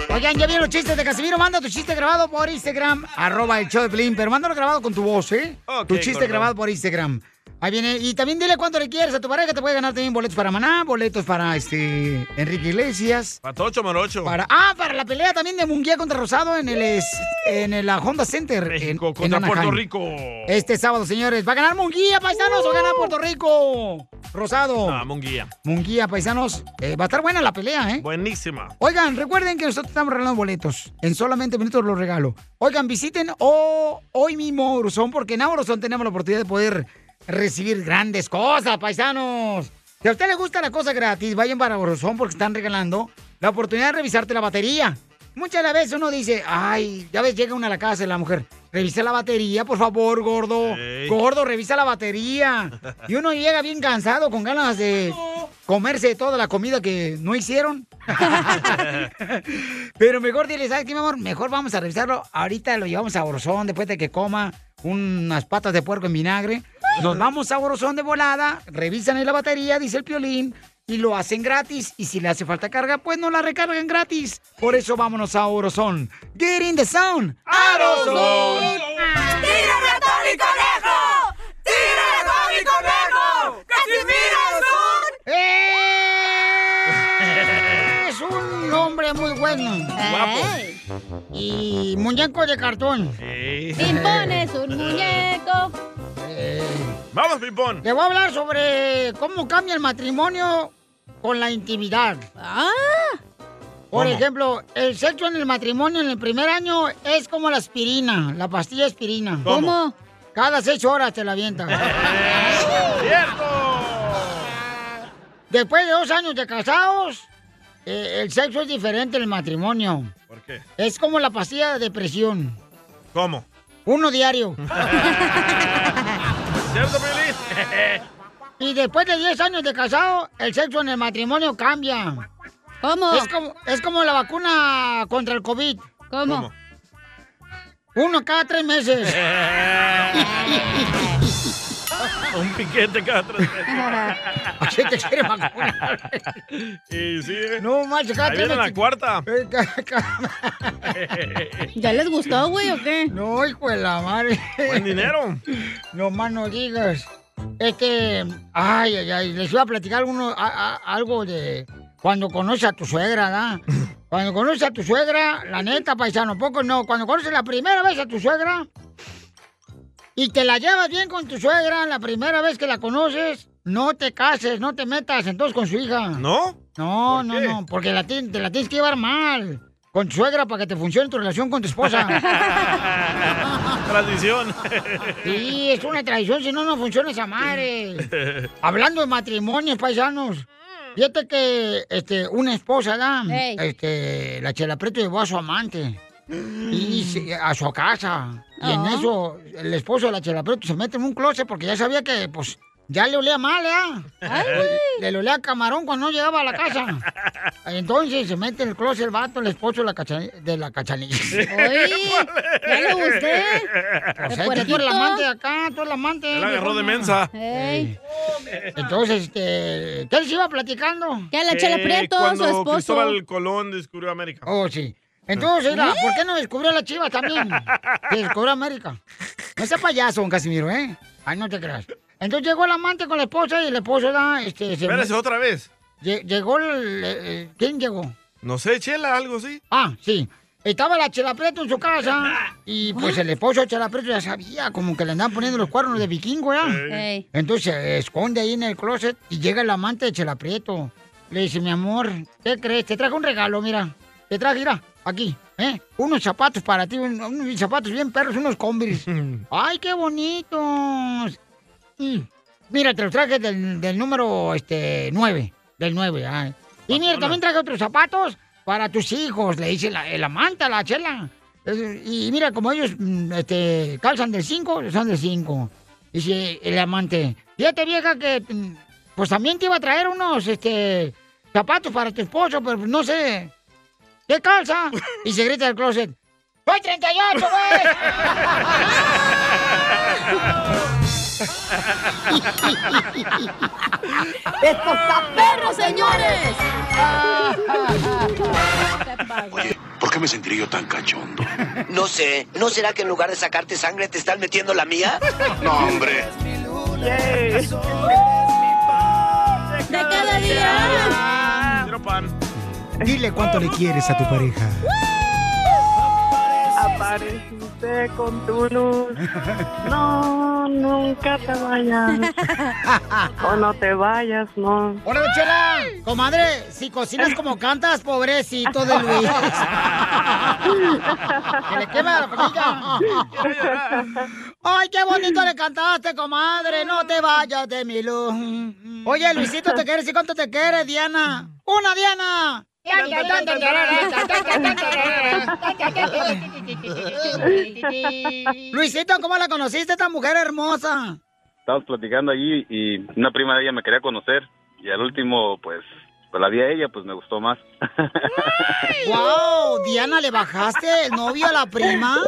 [SPEAKER 1] Oigan, ya vieron los chistes de Casimiro. Manda tu chiste grabado por Instagram, arroba el show de Pelín, pero mándalo grabado con tu voz, ¿eh?
[SPEAKER 7] Ok,
[SPEAKER 1] tu chiste
[SPEAKER 7] gordo.
[SPEAKER 1] grabado por Instagram. Ahí viene. Y también dile cuánto le quieres a tu pareja. Te puede ganar también boletos para Maná, boletos para este Enrique Iglesias.
[SPEAKER 2] Patocho, morocho.
[SPEAKER 1] Para, ah, para la pelea también de Munguía contra Rosado en el es- en el- la Honda Center. en, en
[SPEAKER 2] Contra Puerto
[SPEAKER 1] Anaheim.
[SPEAKER 2] Rico.
[SPEAKER 1] Este sábado, señores. ¿Va a ganar Munguía, paisanos, o gana Puerto Rico? Rosado.
[SPEAKER 2] Ah, Munguía.
[SPEAKER 1] Munguía, paisanos. Eh, va a estar buena la pelea, ¿eh?
[SPEAKER 2] Buenísima.
[SPEAKER 1] Oigan, recuerden que nosotros estamos regalando boletos. En solamente minutos los regalo. Oigan, visiten o- hoy mismo Orozón, porque en Orozón tenemos la oportunidad de poder recibir grandes cosas, paisanos. Si a usted le gusta la cosa gratis, vayan para Orozón porque están regalando la oportunidad de revisarte la batería. Muchas de las veces uno dice, ay, ya ves, llega una a la casa de la mujer. Revisa la batería, por favor, gordo.
[SPEAKER 7] Ey.
[SPEAKER 1] Gordo, revisa la batería. Y uno llega bien cansado, con ganas de comerse toda la comida que no hicieron. Pero mejor dile, ¿sabes qué, mi amor? Mejor vamos a revisarlo. Ahorita lo llevamos a Orozón después de que coma unas patas de puerco en vinagre. Nos vamos a Orozón de volada, revisan ahí la batería, dice el piolín, y lo hacen gratis. Y si le hace falta carga, pues no la recargan gratis. Por eso vámonos a Orozón. Get in the sound. ¡Orozón!
[SPEAKER 7] ¡Tírame a Tony Conejo! ¡Tírame a Tony Conejo! ¡Casimiro
[SPEAKER 1] Es un hombre muy bueno.
[SPEAKER 7] Guapo.
[SPEAKER 1] Y muñeco de cartón.
[SPEAKER 3] Pimpón es un muñeco.
[SPEAKER 2] Vamos, Pimpón.
[SPEAKER 1] Le voy a hablar sobre cómo cambia el matrimonio con la intimidad. Por
[SPEAKER 7] ¿Cómo?
[SPEAKER 1] ejemplo, el sexo en el matrimonio en el primer año es como la aspirina, la pastilla aspirina.
[SPEAKER 7] ¿Cómo? ¿Cómo?
[SPEAKER 1] Cada seis horas te la avientan. Después de dos años de casados, eh, el sexo es diferente en el matrimonio.
[SPEAKER 2] ¿Por qué?
[SPEAKER 1] Es como la pastilla de depresión.
[SPEAKER 2] ¿Cómo?
[SPEAKER 1] Uno diario.
[SPEAKER 2] ¿Cierto, Piolín?
[SPEAKER 1] Y después de 10 años de casado, el sexo en el matrimonio cambia.
[SPEAKER 3] ¿Cómo?
[SPEAKER 1] Es como, es como la vacuna contra el COVID.
[SPEAKER 3] ¿Cómo?
[SPEAKER 1] Uno cada tres meses.
[SPEAKER 2] Un piquete cada tres veces.
[SPEAKER 1] Así te quiere vacunar.
[SPEAKER 2] Y sí, ¿eh?
[SPEAKER 1] No, macho, cada
[SPEAKER 2] Ahí
[SPEAKER 1] tres
[SPEAKER 2] viene la
[SPEAKER 1] meses.
[SPEAKER 2] cuarta.
[SPEAKER 1] Eh, ca- ca-
[SPEAKER 3] ¿Ya les gustó, güey, o qué?
[SPEAKER 1] No, hijo de la madre.
[SPEAKER 2] Buen dinero.
[SPEAKER 1] No más no digas. Este, ay, ay, ay, les iba a platicar uno, a- a- algo de cuando conoces a tu suegra, ¿da? Cuando conoces a tu suegra, la neta, paisano, poco no. Cuando conoces la primera vez a tu suegra y te la llevas bien con tu suegra, la primera vez que la conoces, no te cases, no te metas entonces con su hija.
[SPEAKER 2] ¿No?
[SPEAKER 1] No, no, no, porque la, ti- te la tienes que llevar mal con tu suegra para que te funcione tu relación con tu esposa.
[SPEAKER 2] Tradición.
[SPEAKER 1] Sí, es una traición, si no, no funciona esa madre. Hablando de matrimonios, paisanos. Fíjate que este, una esposa, ¿da?
[SPEAKER 7] Ey.
[SPEAKER 1] Este, la Chela Prieto llevó a su amante y se- a su casa. Y en
[SPEAKER 7] Ah.
[SPEAKER 1] eso, el esposo de la Chela Prieto se mete en un closet porque ya sabía que, pues, ya le olía mal, ¿ya? Le, le olía a camarón cuando no llegaba a la casa. Entonces se mete en el closet el vato, el esposo de la, cacha- de la cachanilla.
[SPEAKER 7] ya lo busqué.
[SPEAKER 1] O
[SPEAKER 7] De
[SPEAKER 1] sea, que tú eres
[SPEAKER 7] puerquito.
[SPEAKER 1] la amante de acá, tú eres la amante.
[SPEAKER 2] Él agarró de
[SPEAKER 1] viejona.
[SPEAKER 2] mensa.
[SPEAKER 1] Ey. Entonces, este, ¿qué les iba platicando?
[SPEAKER 3] Que
[SPEAKER 2] Eh, cuando Cristóbal Colón descubrió América.
[SPEAKER 1] Oh, sí. Entonces, mira,
[SPEAKER 2] ¿Eh?
[SPEAKER 1] ¿por qué no descubrió la chiva también? Que descubrió América. No sea payaso, don Casimiro, ¿eh? Ay, no te creas. Entonces llegó el amante con la esposa y el esposo da, este... se-
[SPEAKER 2] Espérese otra vez.
[SPEAKER 1] Lle- Llegó el... eh, ¿Quién llegó?
[SPEAKER 2] No sé, chela, algo así.
[SPEAKER 1] Ah, sí. Estaba la Chela Prieto en su casa y pues el esposo de Chela Prieto ya sabía, como que le andaban poniendo los cuernos de vikingo, ¿ya?
[SPEAKER 7] Ey.
[SPEAKER 1] Entonces se esconde ahí en el closet y llega el amante de Chela Prieto. Le dice, mi amor, ¿qué crees? Te traje un regalo, mira. Te traje, mira, aquí, ¿eh? Unos zapatos para ti, un- unos zapatos bien perros, unos combis. ¡Ay, qué bonitos! Mm. Mira, te los traje del, del número este, 9. Del 9, ay. Y mira, también traje otros zapatos para tus hijos, le dice la, el amante a la chela. Es- Y mira, como ellos mm, este, calzan del 5, son del 5. Dice el amante, fíjate vieja que mm, pues también te iba a traer unos este, zapatos para tu esposo, pero no sé, ¿qué calza? Y se grita del closet, ¡Soy 38, güey!
[SPEAKER 7] ¡Esto está perro, señores!
[SPEAKER 22] ¿Por qué me sentiría yo tan cachondo?
[SPEAKER 13] No sé, ¿no será que en lugar de sacarte sangre te están metiendo la mía?
[SPEAKER 22] No, hombre.
[SPEAKER 7] De cada día.
[SPEAKER 2] Quiero Ah, pan.
[SPEAKER 1] Dile cuánto le quieres a tu pareja.
[SPEAKER 23] Apareciste con tu luz. No, nunca te vayas. O no te vayas, no.
[SPEAKER 1] ¡Órale, chela! Comadre, si cocinas como cantas, pobrecito de Luis. ¡Que le quema la comida! ¡Ay, qué bonito le cantaste, comadre! ¡No te vayas de mi luz! Oye, Luisito, ¿te quieres? ¿Y cuánto te quieres, Diana? ¡Una Diana! Luisito, ¿cómo la conociste esta mujer hermosa?
[SPEAKER 8] Estábamos platicando allí y una prima de ella me quería conocer y al último, pues, pues la vi a ella, pues me gustó más.
[SPEAKER 1] ¡Wow! Diana, ¿le bajaste el novio a la prima?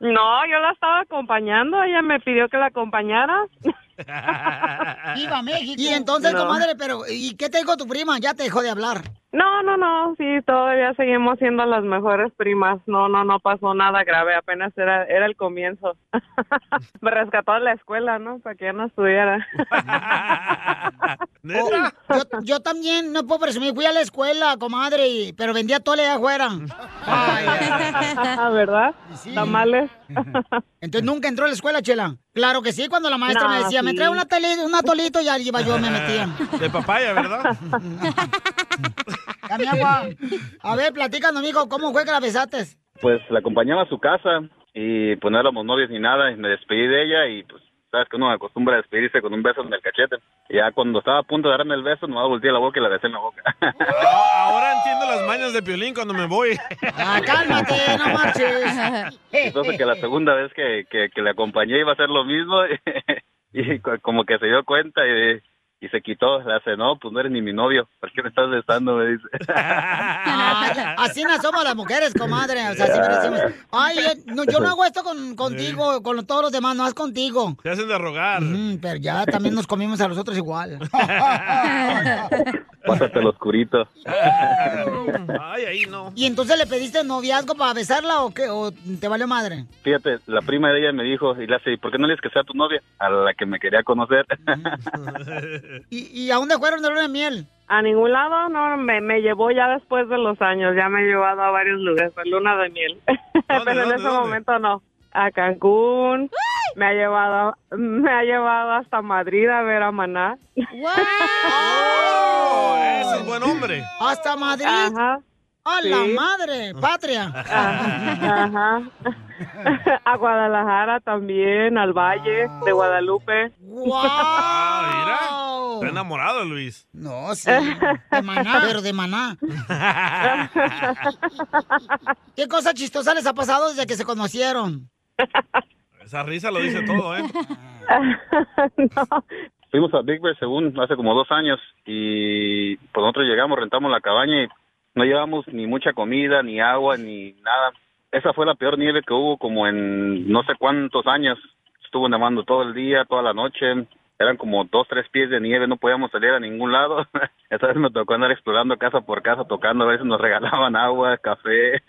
[SPEAKER 23] No, yo la estaba acompañando. Ella me pidió que la acompañara.
[SPEAKER 1] ¡Viva México! Y entonces,
[SPEAKER 23] No.
[SPEAKER 1] comadre, pero ¿y qué te dijo tu prima? Ya te dejó de hablar.
[SPEAKER 23] No, no, no. Sí, todavía seguimos siendo las mejores primas. No, no, no pasó nada grave. Apenas era, era el comienzo. me rescató de la escuela, ¿no? Para que yo no estudiara.
[SPEAKER 1] Oh, yo, yo también, no puedo presumir, fui a la escuela, comadre, y- pero vendía tole allá afuera.
[SPEAKER 23] Ah, ¿Verdad? Tamales.
[SPEAKER 1] Entonces nunca entró a la escuela, Chela. Claro que sí, cuando la maestra
[SPEAKER 23] No,
[SPEAKER 1] me decía, me
[SPEAKER 23] sí.
[SPEAKER 1] trae una tele, un atolito, y ahí iba yo, me metía.
[SPEAKER 2] De papaya, ¿verdad?
[SPEAKER 1] Dame agua. A ver, platícanos, mijo, ¿cómo fue que la besaste?
[SPEAKER 8] Pues la acompañaba a su casa y pues no éramos novios ni nada y me despedí de ella y pues sabes que uno acostumbra a despedirse con un beso en el cachete. Y ya cuando estaba a punto de darme el beso, nomás volteé la boca y la besé en la boca.
[SPEAKER 2] Ahora entiendo las mañas de Piolín cuando me voy.
[SPEAKER 1] Ah, cálmate, no
[SPEAKER 7] marches.
[SPEAKER 8] Entonces que la segunda vez que, que, que le acompañé iba a hacer lo mismo y co- como que se dio cuenta y, y se quitó. Le hace, no, pues no eres ni mi novio, ¿por qué me estás besando? Me dice.
[SPEAKER 1] Ay, así no somos las mujeres, comadre. O sea, así merecemos. Ay, eh, no, yo no hago esto con, contigo, con todos los demás, no haz contigo.
[SPEAKER 2] Te hacen de rogar.
[SPEAKER 1] pero ya también nos comimos a los otros igual.
[SPEAKER 8] Pásate el oscurito.
[SPEAKER 2] Ay, ahí no.
[SPEAKER 1] ¿Y entonces le pediste noviazgo para besarla o qué? ¿O te valió madre?
[SPEAKER 8] Fíjate, la prima de ella me dijo, y le hace, "¿Y ¿por qué no le dices que sea tu novia? A la que me quería conocer.
[SPEAKER 1] ¿Y, y a dónde fueron de luna de miel?
[SPEAKER 23] A ningún lado, no, me, me llevó ya después de los años, ya me he llevado a varios lugares, de luna de miel. Pero en
[SPEAKER 7] dónde,
[SPEAKER 23] ese
[SPEAKER 7] dónde?
[SPEAKER 23] momento no. A Cancún, me ha llevado, me ha llevado hasta Madrid a ver a Maná. Oh,
[SPEAKER 2] Ese es buen hombre.
[SPEAKER 1] ¿Hasta Madrid? ¡A la
[SPEAKER 23] Sí.
[SPEAKER 1] madre! ¡Patria!
[SPEAKER 23] Ajá. A Guadalajara también, al Valle de Guadalupe.
[SPEAKER 2] Ah, mira. Está enamorado, Luis.
[SPEAKER 1] No, sí. De maná, pero de maná. ¿Qué cosa chistosa les ha pasado desde que se conocieron?
[SPEAKER 2] Esa risa lo dice todo, ¿eh?
[SPEAKER 8] Fuimos a Big Bear, según, hace como dos años, y pues nosotros llegamos, rentamos la cabaña y no llevamos ni mucha comida, ni agua, ni nada. Esa fue la peor nieve que hubo como en no sé cuántos años. Estuvo nevando todo el día, toda la noche. Eran como dos, tres pies de nieve, no podíamos salir a ningún lado. Esa vez me tocó andar explorando casa por casa, tocando, a ver si nos regalaban agua, café.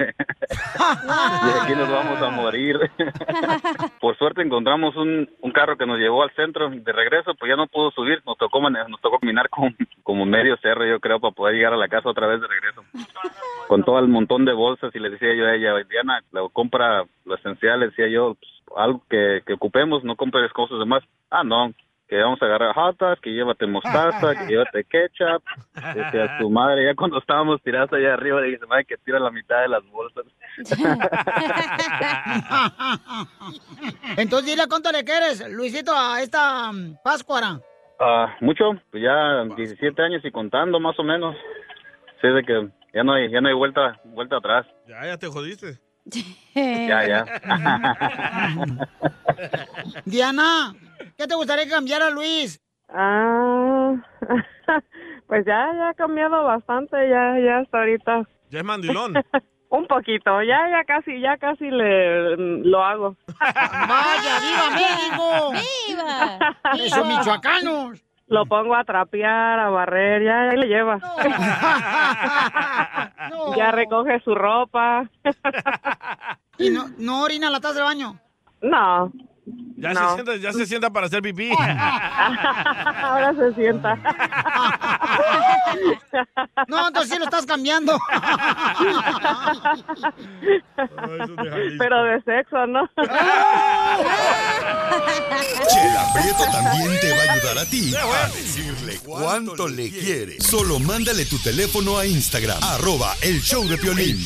[SPEAKER 1] Ah.
[SPEAKER 8] y aquí nos vamos a morir. Por suerte encontramos un, un carro que nos llevó al centro de regreso, pues ya no pudo subir, nos tocó mane- nos tocó caminar como, como medio cerro, yo creo, para poder llegar a la casa otra vez de regreso. con todo el montón de bolsas y le decía yo a ella, Diana, la compra lo esencial, le decía yo, pues, algo que, que ocupemos, no compres cosas demás. Ah, no, que vamos a agarrar hot dogs, que llévate mostaza, que llévate ketchup. Decía este, su madre, ya cuando estábamos tiradas allá arriba, le dije, madre, que tira la mitad de las bolsas.
[SPEAKER 1] Entonces dile cuánto le quieres, Luisito, a esta mm, Páscuara.
[SPEAKER 8] Ah, mucho, pues ya 17 años y contando más o menos. Sí, de que ya no hay, ya no hay vuelta, vuelta atrás.
[SPEAKER 2] Ya, ya te jodiste.
[SPEAKER 1] Eh.
[SPEAKER 8] Ya, ya.
[SPEAKER 1] Diana, ¿qué te gustaría cambiar a Luis?
[SPEAKER 23] Ah, pues ya, ya ha cambiado bastante, ya, ya hasta ahorita.
[SPEAKER 2] Ya es mandilón.
[SPEAKER 23] Un poquito, ya, ya casi, ya casi le lo hago.
[SPEAKER 1] ¡Vaya, viva México! ¡Viva! ¡Eso, michoacanos!
[SPEAKER 23] Lo pongo a trapear, a barrer, ya, ya le lleva. Ya recoge su ropa.
[SPEAKER 1] ¿Y no, no orina en la taza del baño?
[SPEAKER 23] No.
[SPEAKER 2] Ya,
[SPEAKER 23] No.
[SPEAKER 2] se, sienta, ya se sienta para hacer pipí.
[SPEAKER 1] Ah,
[SPEAKER 23] Ahora se sienta.
[SPEAKER 1] No, entonces sí lo estás cambiando.
[SPEAKER 23] Pero de sexo, ¿no?
[SPEAKER 5] Chela Prieto también te va a ayudar a ti a decirle cuánto le quiere. Solo mándale tu teléfono a Instagram, arroba el show de Piolín.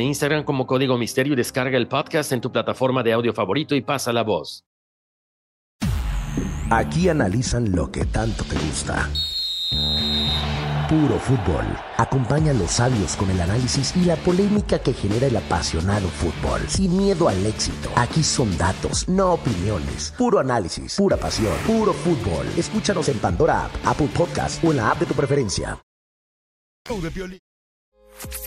[SPEAKER 10] Instagram como Código Misterio y descarga el podcast en tu plataforma de audio favorito y pasa la voz.
[SPEAKER 13] Aquí analizan lo que tanto te gusta. Puro fútbol. Acompaña a los sabios con el análisis y la polémica que genera el apasionado fútbol. Sin miedo al éxito. Aquí son datos, no opiniones. Puro análisis, pura pasión, puro fútbol. Escúchanos en Pandora App, Apple Podcast o en la app de tu preferencia.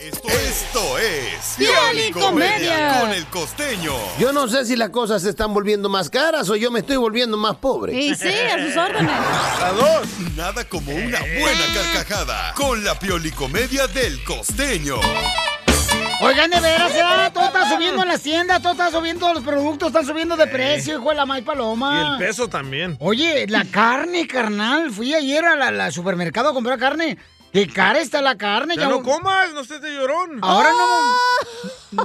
[SPEAKER 5] Esto es
[SPEAKER 13] Pioli Comedia.
[SPEAKER 5] con el costeño.
[SPEAKER 11] Yo no sé si las cosas se están volviendo más caras o yo me estoy volviendo más pobre.
[SPEAKER 5] A dos. Nada como una buena carcajada con la Pioli Comedia del costeño.
[SPEAKER 1] Oigan, de veras, ya, todo está subiendo en las tiendas, todo está subiendo, los productos están subiendo de precio, hijo de la May
[SPEAKER 2] Y el
[SPEAKER 1] Paloma.
[SPEAKER 2] peso también.
[SPEAKER 1] Oye, la carne, carnal. Fui ayer al supermercado a comprar carne. Qué cara está la carne.
[SPEAKER 2] Ya no
[SPEAKER 1] un- Ah.
[SPEAKER 2] comas, no estés de llorón.
[SPEAKER 1] Ahora
[SPEAKER 3] Ah.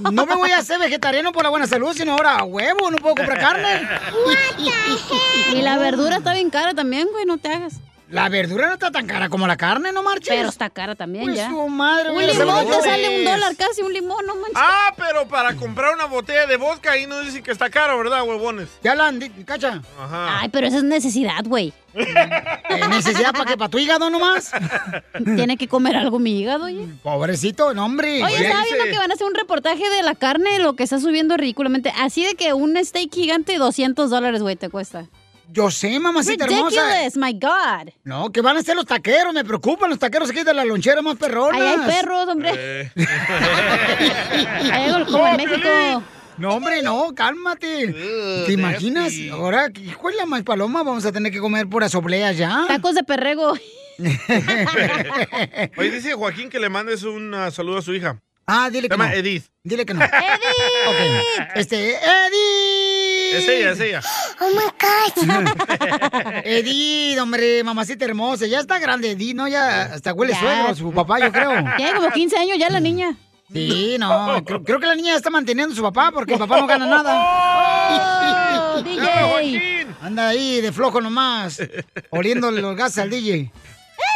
[SPEAKER 1] no, no me voy a hacer vegetariano por la buena salud, sino ahora a huevo, no puedo comprar carne.
[SPEAKER 3] Y la verdura está bien cara también, güey, no te hagas.
[SPEAKER 1] La verdura no está tan cara como la carne, no marches.
[SPEAKER 3] Pero está cara también
[SPEAKER 1] Pues
[SPEAKER 3] ya.
[SPEAKER 1] su madre,
[SPEAKER 3] un
[SPEAKER 1] güey,
[SPEAKER 3] limón
[SPEAKER 1] ¿sabes
[SPEAKER 3] te
[SPEAKER 1] cómo
[SPEAKER 3] sale un
[SPEAKER 1] es?
[SPEAKER 3] dólar casi, un limón, no manches.
[SPEAKER 2] Ah, pero para comprar una botella de vodka ahí no dicen que está caro, ¿verdad, huevones?
[SPEAKER 1] Ya la cacha.
[SPEAKER 2] Ajá.
[SPEAKER 3] Ay, pero esa es necesidad, güey.
[SPEAKER 1] Eh, necesidad para que para tu hígado nomás.
[SPEAKER 3] Tiene que comer algo mi hígado, oye.
[SPEAKER 1] Pobrecito, no, hombre.
[SPEAKER 3] Oye, estaba viendo que van a hacer un reportaje de la carne, lo que está subiendo ridículamente. Así de que un steak gigante, 200 dólares, güey, te cuesta.
[SPEAKER 1] Yo sé, mamacita
[SPEAKER 3] Ridiculous,
[SPEAKER 1] hermosa.
[SPEAKER 3] my God.
[SPEAKER 1] No, que van a ser los taqueros, me preocupan los taqueros aquí de la lonchera más perronas.
[SPEAKER 3] Ahí hay perros, hombre. Hay algo como en México.
[SPEAKER 1] No, hombre, no, cálmate. ¿Te imaginas? Ahora, hijo de la más paloma, vamos a tener que comer puras obleas ya.
[SPEAKER 3] Tacos de perrego.
[SPEAKER 2] Oye, dice Joaquín que le mandes un ah, saludo a su hija.
[SPEAKER 1] Ah, dile
[SPEAKER 2] Se
[SPEAKER 1] que
[SPEAKER 2] llama
[SPEAKER 1] no.
[SPEAKER 2] Edith.
[SPEAKER 1] Dile que no. ¡Edith! Este, Edith.
[SPEAKER 2] Es ella, es ella.
[SPEAKER 1] Oh my God. Edith, hombre, mamacita hermosa. Ya está grande, Edith, ¿no? Ya hasta huele
[SPEAKER 3] Ya.
[SPEAKER 1] suegro, su papá, yo creo.
[SPEAKER 3] Tiene como 15 años ya la niña.
[SPEAKER 1] Sí, no. Creo, creo que la niña está manteniendo a su papá porque el papá no gana nada.
[SPEAKER 3] ¡Oh, DJ!
[SPEAKER 1] Anda ahí de flojo nomás, oliéndole los gases al DJ.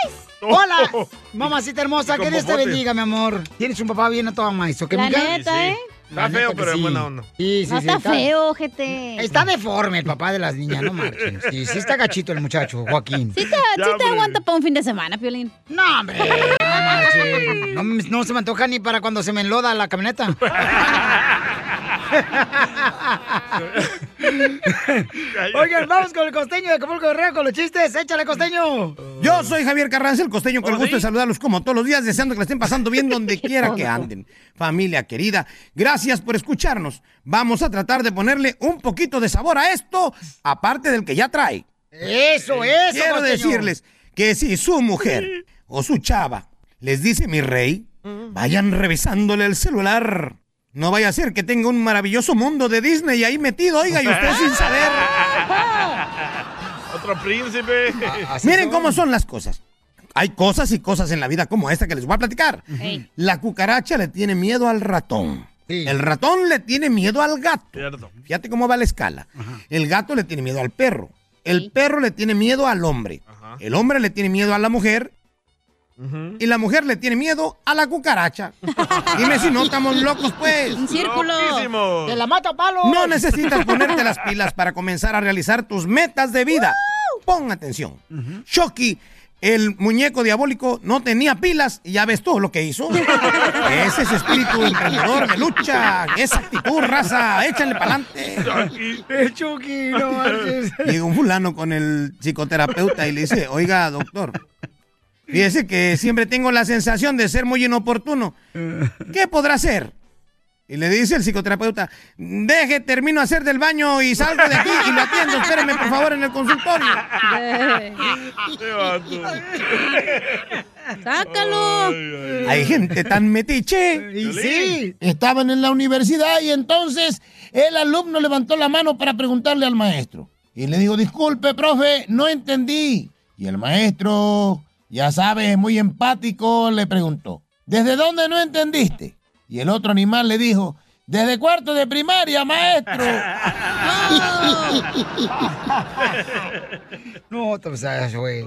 [SPEAKER 3] Oh.
[SPEAKER 1] Hola, mamacita hermosa,
[SPEAKER 2] Y
[SPEAKER 1] que
[SPEAKER 2] con
[SPEAKER 1] Dios te
[SPEAKER 2] popote.
[SPEAKER 1] bendiga, mi amor. Tienes un papá bien a toda maíz, ¿ok,
[SPEAKER 7] La
[SPEAKER 1] mija?
[SPEAKER 7] neta, Sí, sí. ¿eh?
[SPEAKER 2] Está
[SPEAKER 1] La
[SPEAKER 2] feo,
[SPEAKER 1] que
[SPEAKER 2] pero es buena onda.
[SPEAKER 1] Sí, sí,
[SPEAKER 7] No
[SPEAKER 1] sí,
[SPEAKER 7] está feo, gente.
[SPEAKER 1] Está deforme el papá de las niñas, no marchen. Sí, sí está gachito el muchacho, Joaquín.
[SPEAKER 7] Sí te, sí te aguanta para un fin de semana, Piolín.
[SPEAKER 1] No, hombre. No marchen. No, me- no se me antoja ni para cuando se me enloda la camioneta. Oigan, vamos con el costeño de Acapulco Guerrero con los chistes. Échale, costeño. Oh,
[SPEAKER 4] Yo soy Javier Carranza, el costeño, con el gusto de saludarlos como todos los días, deseando que la estén pasando bien donde quiera que anden. Familia querida, gracias por escucharnos. Vamos a tratar de ponerle un poquito de sabor a esto, aparte del que ya trae. Eh,
[SPEAKER 1] Eso, eso,
[SPEAKER 4] Quiero
[SPEAKER 1] costeño.
[SPEAKER 4] decirles que si su mujer o su chava les dice mi rey, vayan revisándole el celular. No vaya a ser que tenga un maravilloso mundo de Disney ahí metido, oiga, y usted sin saber.
[SPEAKER 2] Otro príncipe.
[SPEAKER 1] Ah,
[SPEAKER 4] Miren cómo son las cosas. Hay cosas y cosas en la vida como esta que les voy a platicar.
[SPEAKER 2] Ey.
[SPEAKER 4] La cucaracha le tiene miedo al ratón. El ratón le tiene miedo al gato.
[SPEAKER 2] Cierto.
[SPEAKER 4] Fíjate cómo va la escala. El gato le tiene miedo al perro. El perro le tiene miedo al hombre. El hombre le tiene miedo a la mujer. Y la mujer le tiene miedo a la cucaracha. Dime si no estamos locos, pues.
[SPEAKER 1] Un círculo. Loquísimos. Te la mato a palos.
[SPEAKER 4] No necesitas ponerte las pilas para comenzar a realizar tus metas de vida. Pon atención. Chucky, el muñeco diabólico, no tenía pilas y ya ves todo lo que hizo. Ese es su espíritu emprendedor de lucha. Esa actitud, raza. Échale para adelante.
[SPEAKER 1] Chucky, Eh, no marches.
[SPEAKER 4] Llega un fulano con el psicoterapeuta y le dice, oiga, doctor, fíjese que siempre tengo la sensación de ser muy inoportuno. ¿Qué podrá hacer? Y le dice el psicoterapeuta, deje, termino a hacer del baño y salgo de aquí y lo atiendo, espéreme por favor en el consultorio.
[SPEAKER 7] ¡Sácalo!
[SPEAKER 4] Hay gente tan metiche.
[SPEAKER 1] Y
[SPEAKER 4] sí.
[SPEAKER 11] Estaban en la universidad y entonces el alumno levantó la mano para preguntarle al maestro. Y le dijo, disculpe, profe, no entendí. Y el maestro, ya sabes, muy empático, le preguntó, ¿desde dónde no entendiste? Y el otro animal le dijo, desde cuarto de primaria, maestro.
[SPEAKER 1] No, te pasas, güey.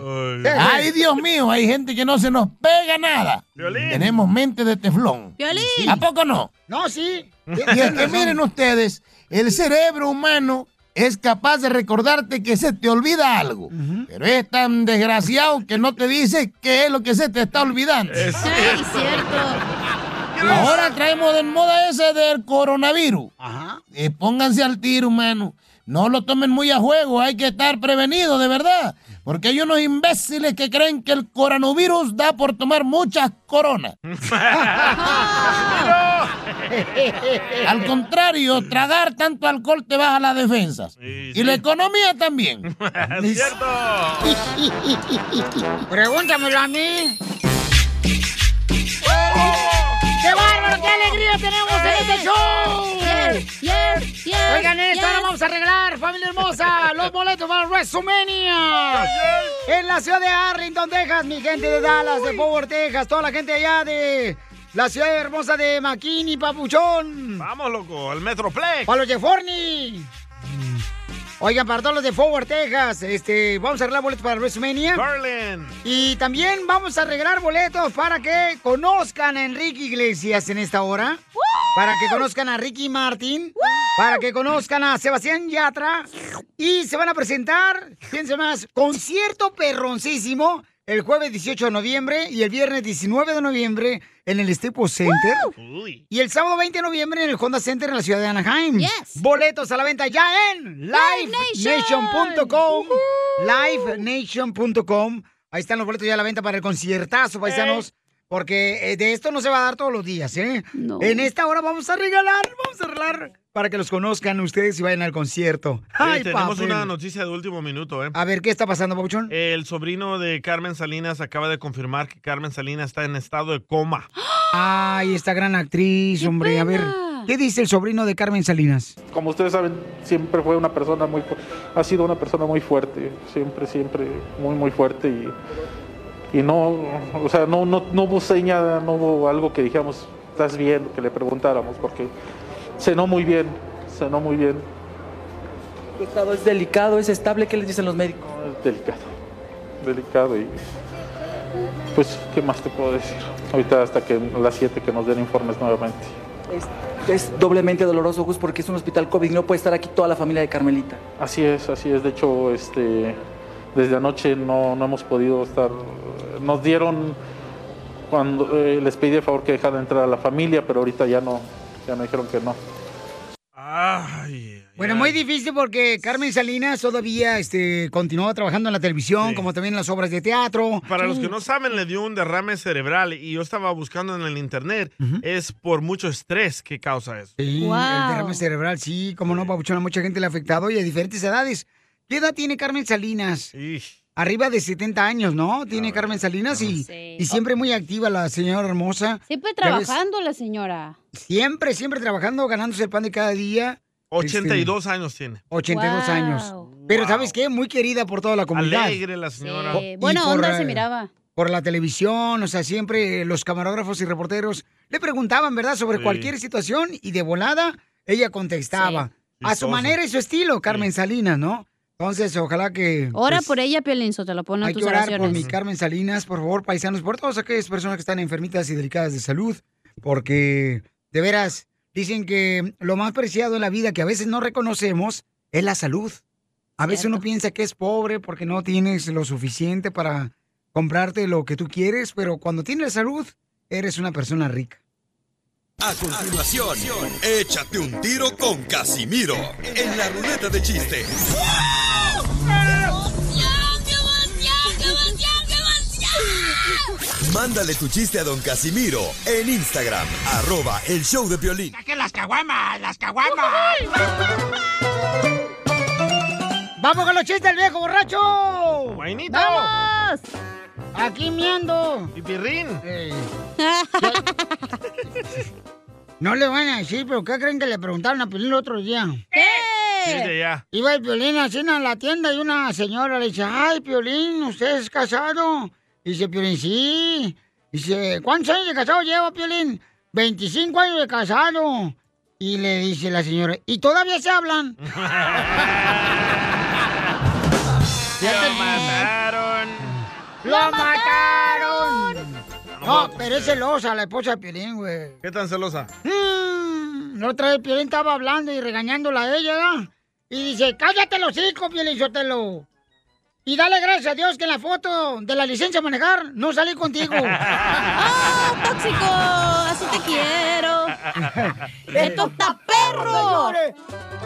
[SPEAKER 11] Ay, Dios mío, hay gente que no se nos pega nada. Tenemos mente de teflón.
[SPEAKER 7] Violín.
[SPEAKER 11] ¿A poco no?
[SPEAKER 1] No, sí.
[SPEAKER 11] Y es que miren ustedes, el cerebro humano es capaz de recordarte que se te olvida algo. Pero es tan desgraciado que no te dice qué es lo que se te está olvidando.
[SPEAKER 1] Eh,
[SPEAKER 11] Ahora traemos de moda ese del coronavirus. Eh, pónganse al tiro, mano. No lo tomen muy a juego, hay que estar prevenidos, de verdad. Porque hay unos imbéciles que creen que el coronavirus da por tomar muchas coronas. Al contrario, tragar tanto alcohol te baja las defensas. y la economía también.
[SPEAKER 1] Pregúntamelo a mí. ¡Qué bárbaro! ¡Qué alegría tenemos en este show! Oigan, esto ahora vamos a arreglar, familia hermosa, los boletos para WrestleMania. En la ciudad de Arlington, Texas, mi gente de Dallas, de Power, Texas, toda la gente allá de la ciudad hermosa de McKinney, Papuchón.
[SPEAKER 2] Vamos, loco, al Metroplex.
[SPEAKER 1] Para los de Forney. Oigan, para todos los de Forward, Texas, este, vamos a arreglar boletos para WrestleMania. Y también vamos a arreglar boletos para que conozcan a Enrique Iglesias en esta hora. Para que conozcan a Ricky Martin. Para que conozcan a Sebastián Yatra. Y se van a presentar, fíjense más, concierto perroncísimo el jueves 18 de noviembre y el viernes 19 de noviembre en el Staples Center. Y el sábado 20 de noviembre en el Honda Center en la ciudad de Anaheim. Boletos a la venta ya en livenation.com. Livenation.com. Ahí están los boletos ya a la venta para el conciertazo,
[SPEAKER 2] Eh.
[SPEAKER 1] paisanos. Porque eh, de esto no se va a dar todos los días, ¿eh? En esta hora vamos a regalar, vamos a regalar para que los conozcan ustedes y vayan al concierto.
[SPEAKER 2] Oye, tenemos
[SPEAKER 1] papel.
[SPEAKER 2] una noticia de último minuto, ¿eh?
[SPEAKER 1] A ver, ¿qué está pasando, Pabuchón?
[SPEAKER 2] El sobrino de Carmen Salinas acaba de confirmar que Carmen Salinas está en estado de coma.
[SPEAKER 1] Ay, esta gran actriz, hombre. A ver, ¿qué dice el sobrino de Carmen Salinas?
[SPEAKER 12] Como ustedes saben, siempre fue una persona muy, fu- ha sido una persona muy fuerte, siempre, siempre, muy, muy fuerte y, y no, o sea, no, no, no hubo seña, no hubo algo que dijéramos, ¿estás bien? Que le preguntáramos, porque cenó muy bien, cenó muy bien.
[SPEAKER 24] ¿Tu estado es delicado, es estable? ¿Qué les dicen los médicos?
[SPEAKER 12] Es delicado, delicado y
[SPEAKER 11] Pues, ¿qué más te puedo decir? Ahorita hasta que a las 7 que nos den informes nuevamente.
[SPEAKER 12] Es, es doblemente doloroso, Gus, porque es un hospital COVID. No puede estar aquí toda la familia de Carmelita.
[SPEAKER 11] Así es, así es. De hecho, este, desde anoche no, no hemos podido estar. Nos dieron cuando eh, les pedí de favor que dejaran entrar a la familia, pero ahorita ya no, ya me dijeron que no.
[SPEAKER 1] Bueno, muy difícil porque Carmen Salinas todavía este, continuó trabajando en la televisión, como también en las obras de teatro.
[SPEAKER 2] Para los que no saben, le dio un derrame cerebral y yo estaba buscando en el internet. Es por mucho estrés que causa eso.
[SPEAKER 1] Sí, el derrame cerebral, sí, como no, Pabuchón, a mucha gente le ha afectado y a diferentes edades. ¿Qué edad tiene Carmen Salinas? Arriba de 70 años, ¿no? Tiene Carmen Salinas y,
[SPEAKER 3] Sí.
[SPEAKER 1] y siempre muy activa la señora hermosa.
[SPEAKER 3] Siempre
[SPEAKER 1] Ya ves,
[SPEAKER 3] trabajando la señora.
[SPEAKER 1] Siempre, siempre trabajando, ganándose el pan de cada día. Este,
[SPEAKER 2] 82 años tiene.
[SPEAKER 1] 82
[SPEAKER 3] Wow.
[SPEAKER 1] años. Pero ¿sabes qué? Muy querida por toda la comunidad.
[SPEAKER 2] Alegre la señora.
[SPEAKER 1] Po- y
[SPEAKER 3] Buena
[SPEAKER 1] por,
[SPEAKER 3] onda
[SPEAKER 1] eh,
[SPEAKER 3] se miraba.
[SPEAKER 1] Por la televisión, o sea, siempre los camarógrafos y reporteros le preguntaban, ¿verdad?, sobre
[SPEAKER 3] Sí.
[SPEAKER 1] cualquier situación y de volada ella contestaba. A su
[SPEAKER 3] Chistoso.
[SPEAKER 1] manera y su estilo, Carmen Salinas, ¿no? Entonces, ojalá que...
[SPEAKER 3] Ora
[SPEAKER 1] pues,
[SPEAKER 3] por ella, Piolín, te lo pone
[SPEAKER 1] hay
[SPEAKER 3] en tus
[SPEAKER 1] que orar por mi
[SPEAKER 3] oraciones.
[SPEAKER 1] Carmen Salinas, por favor, paisanos, por todas aquellas personas que están enfermitas y delicadas de salud, porque de veras dicen que lo más preciado en la vida que a veces no reconocemos es la salud. A veces uno piensa que es pobre porque no tienes lo suficiente para comprarte lo que tú quieres, pero cuando tienes salud, eres una persona rica.
[SPEAKER 5] A continuación, échate un tiro con Casimiro en la ruleta de chistes. Mándale tu chiste a don Casimiro en Instagram, arroba el show de violín.
[SPEAKER 13] ¡Saquen las caguamas! ¡Las caguamas!
[SPEAKER 1] ¡Vamos con los chistes del viejo borracho! ¡Vamos! Aquí Eh. miendo.
[SPEAKER 2] Y pirrín.
[SPEAKER 1] No le van a decir, pero ¿qué creen que le preguntaron a Piolín el otro día?
[SPEAKER 2] Mire ya.
[SPEAKER 1] Iba el Piolín así en la tienda y una señora le dice, ay, Piolín, ¿usted es casado? Y dice, Piolín, sí. Dice, ¿cuántos años de casado lleva, Piolín? 25 años de casado. Y le dice la señora, ¿y todavía se hablan?
[SPEAKER 7] ¡Lo mataron!
[SPEAKER 1] ¡Lo mataron! No, pero es
[SPEAKER 2] Ah,
[SPEAKER 1] celosa la esposa de Piolín, güey.
[SPEAKER 2] ¿Qué tan celosa?
[SPEAKER 1] Mm, la otra vez Piolín estaba hablando y regañándola a ella, ¿verdad? Y dice, cállate los hijos, Piolín Sotelo. Y dale gracias a Dios que en la foto de la licencia a manejar no salí contigo.
[SPEAKER 7] ¡Ah,
[SPEAKER 1] tóxico! Así te
[SPEAKER 2] ah,
[SPEAKER 1] quiero. ¡Esto está perro!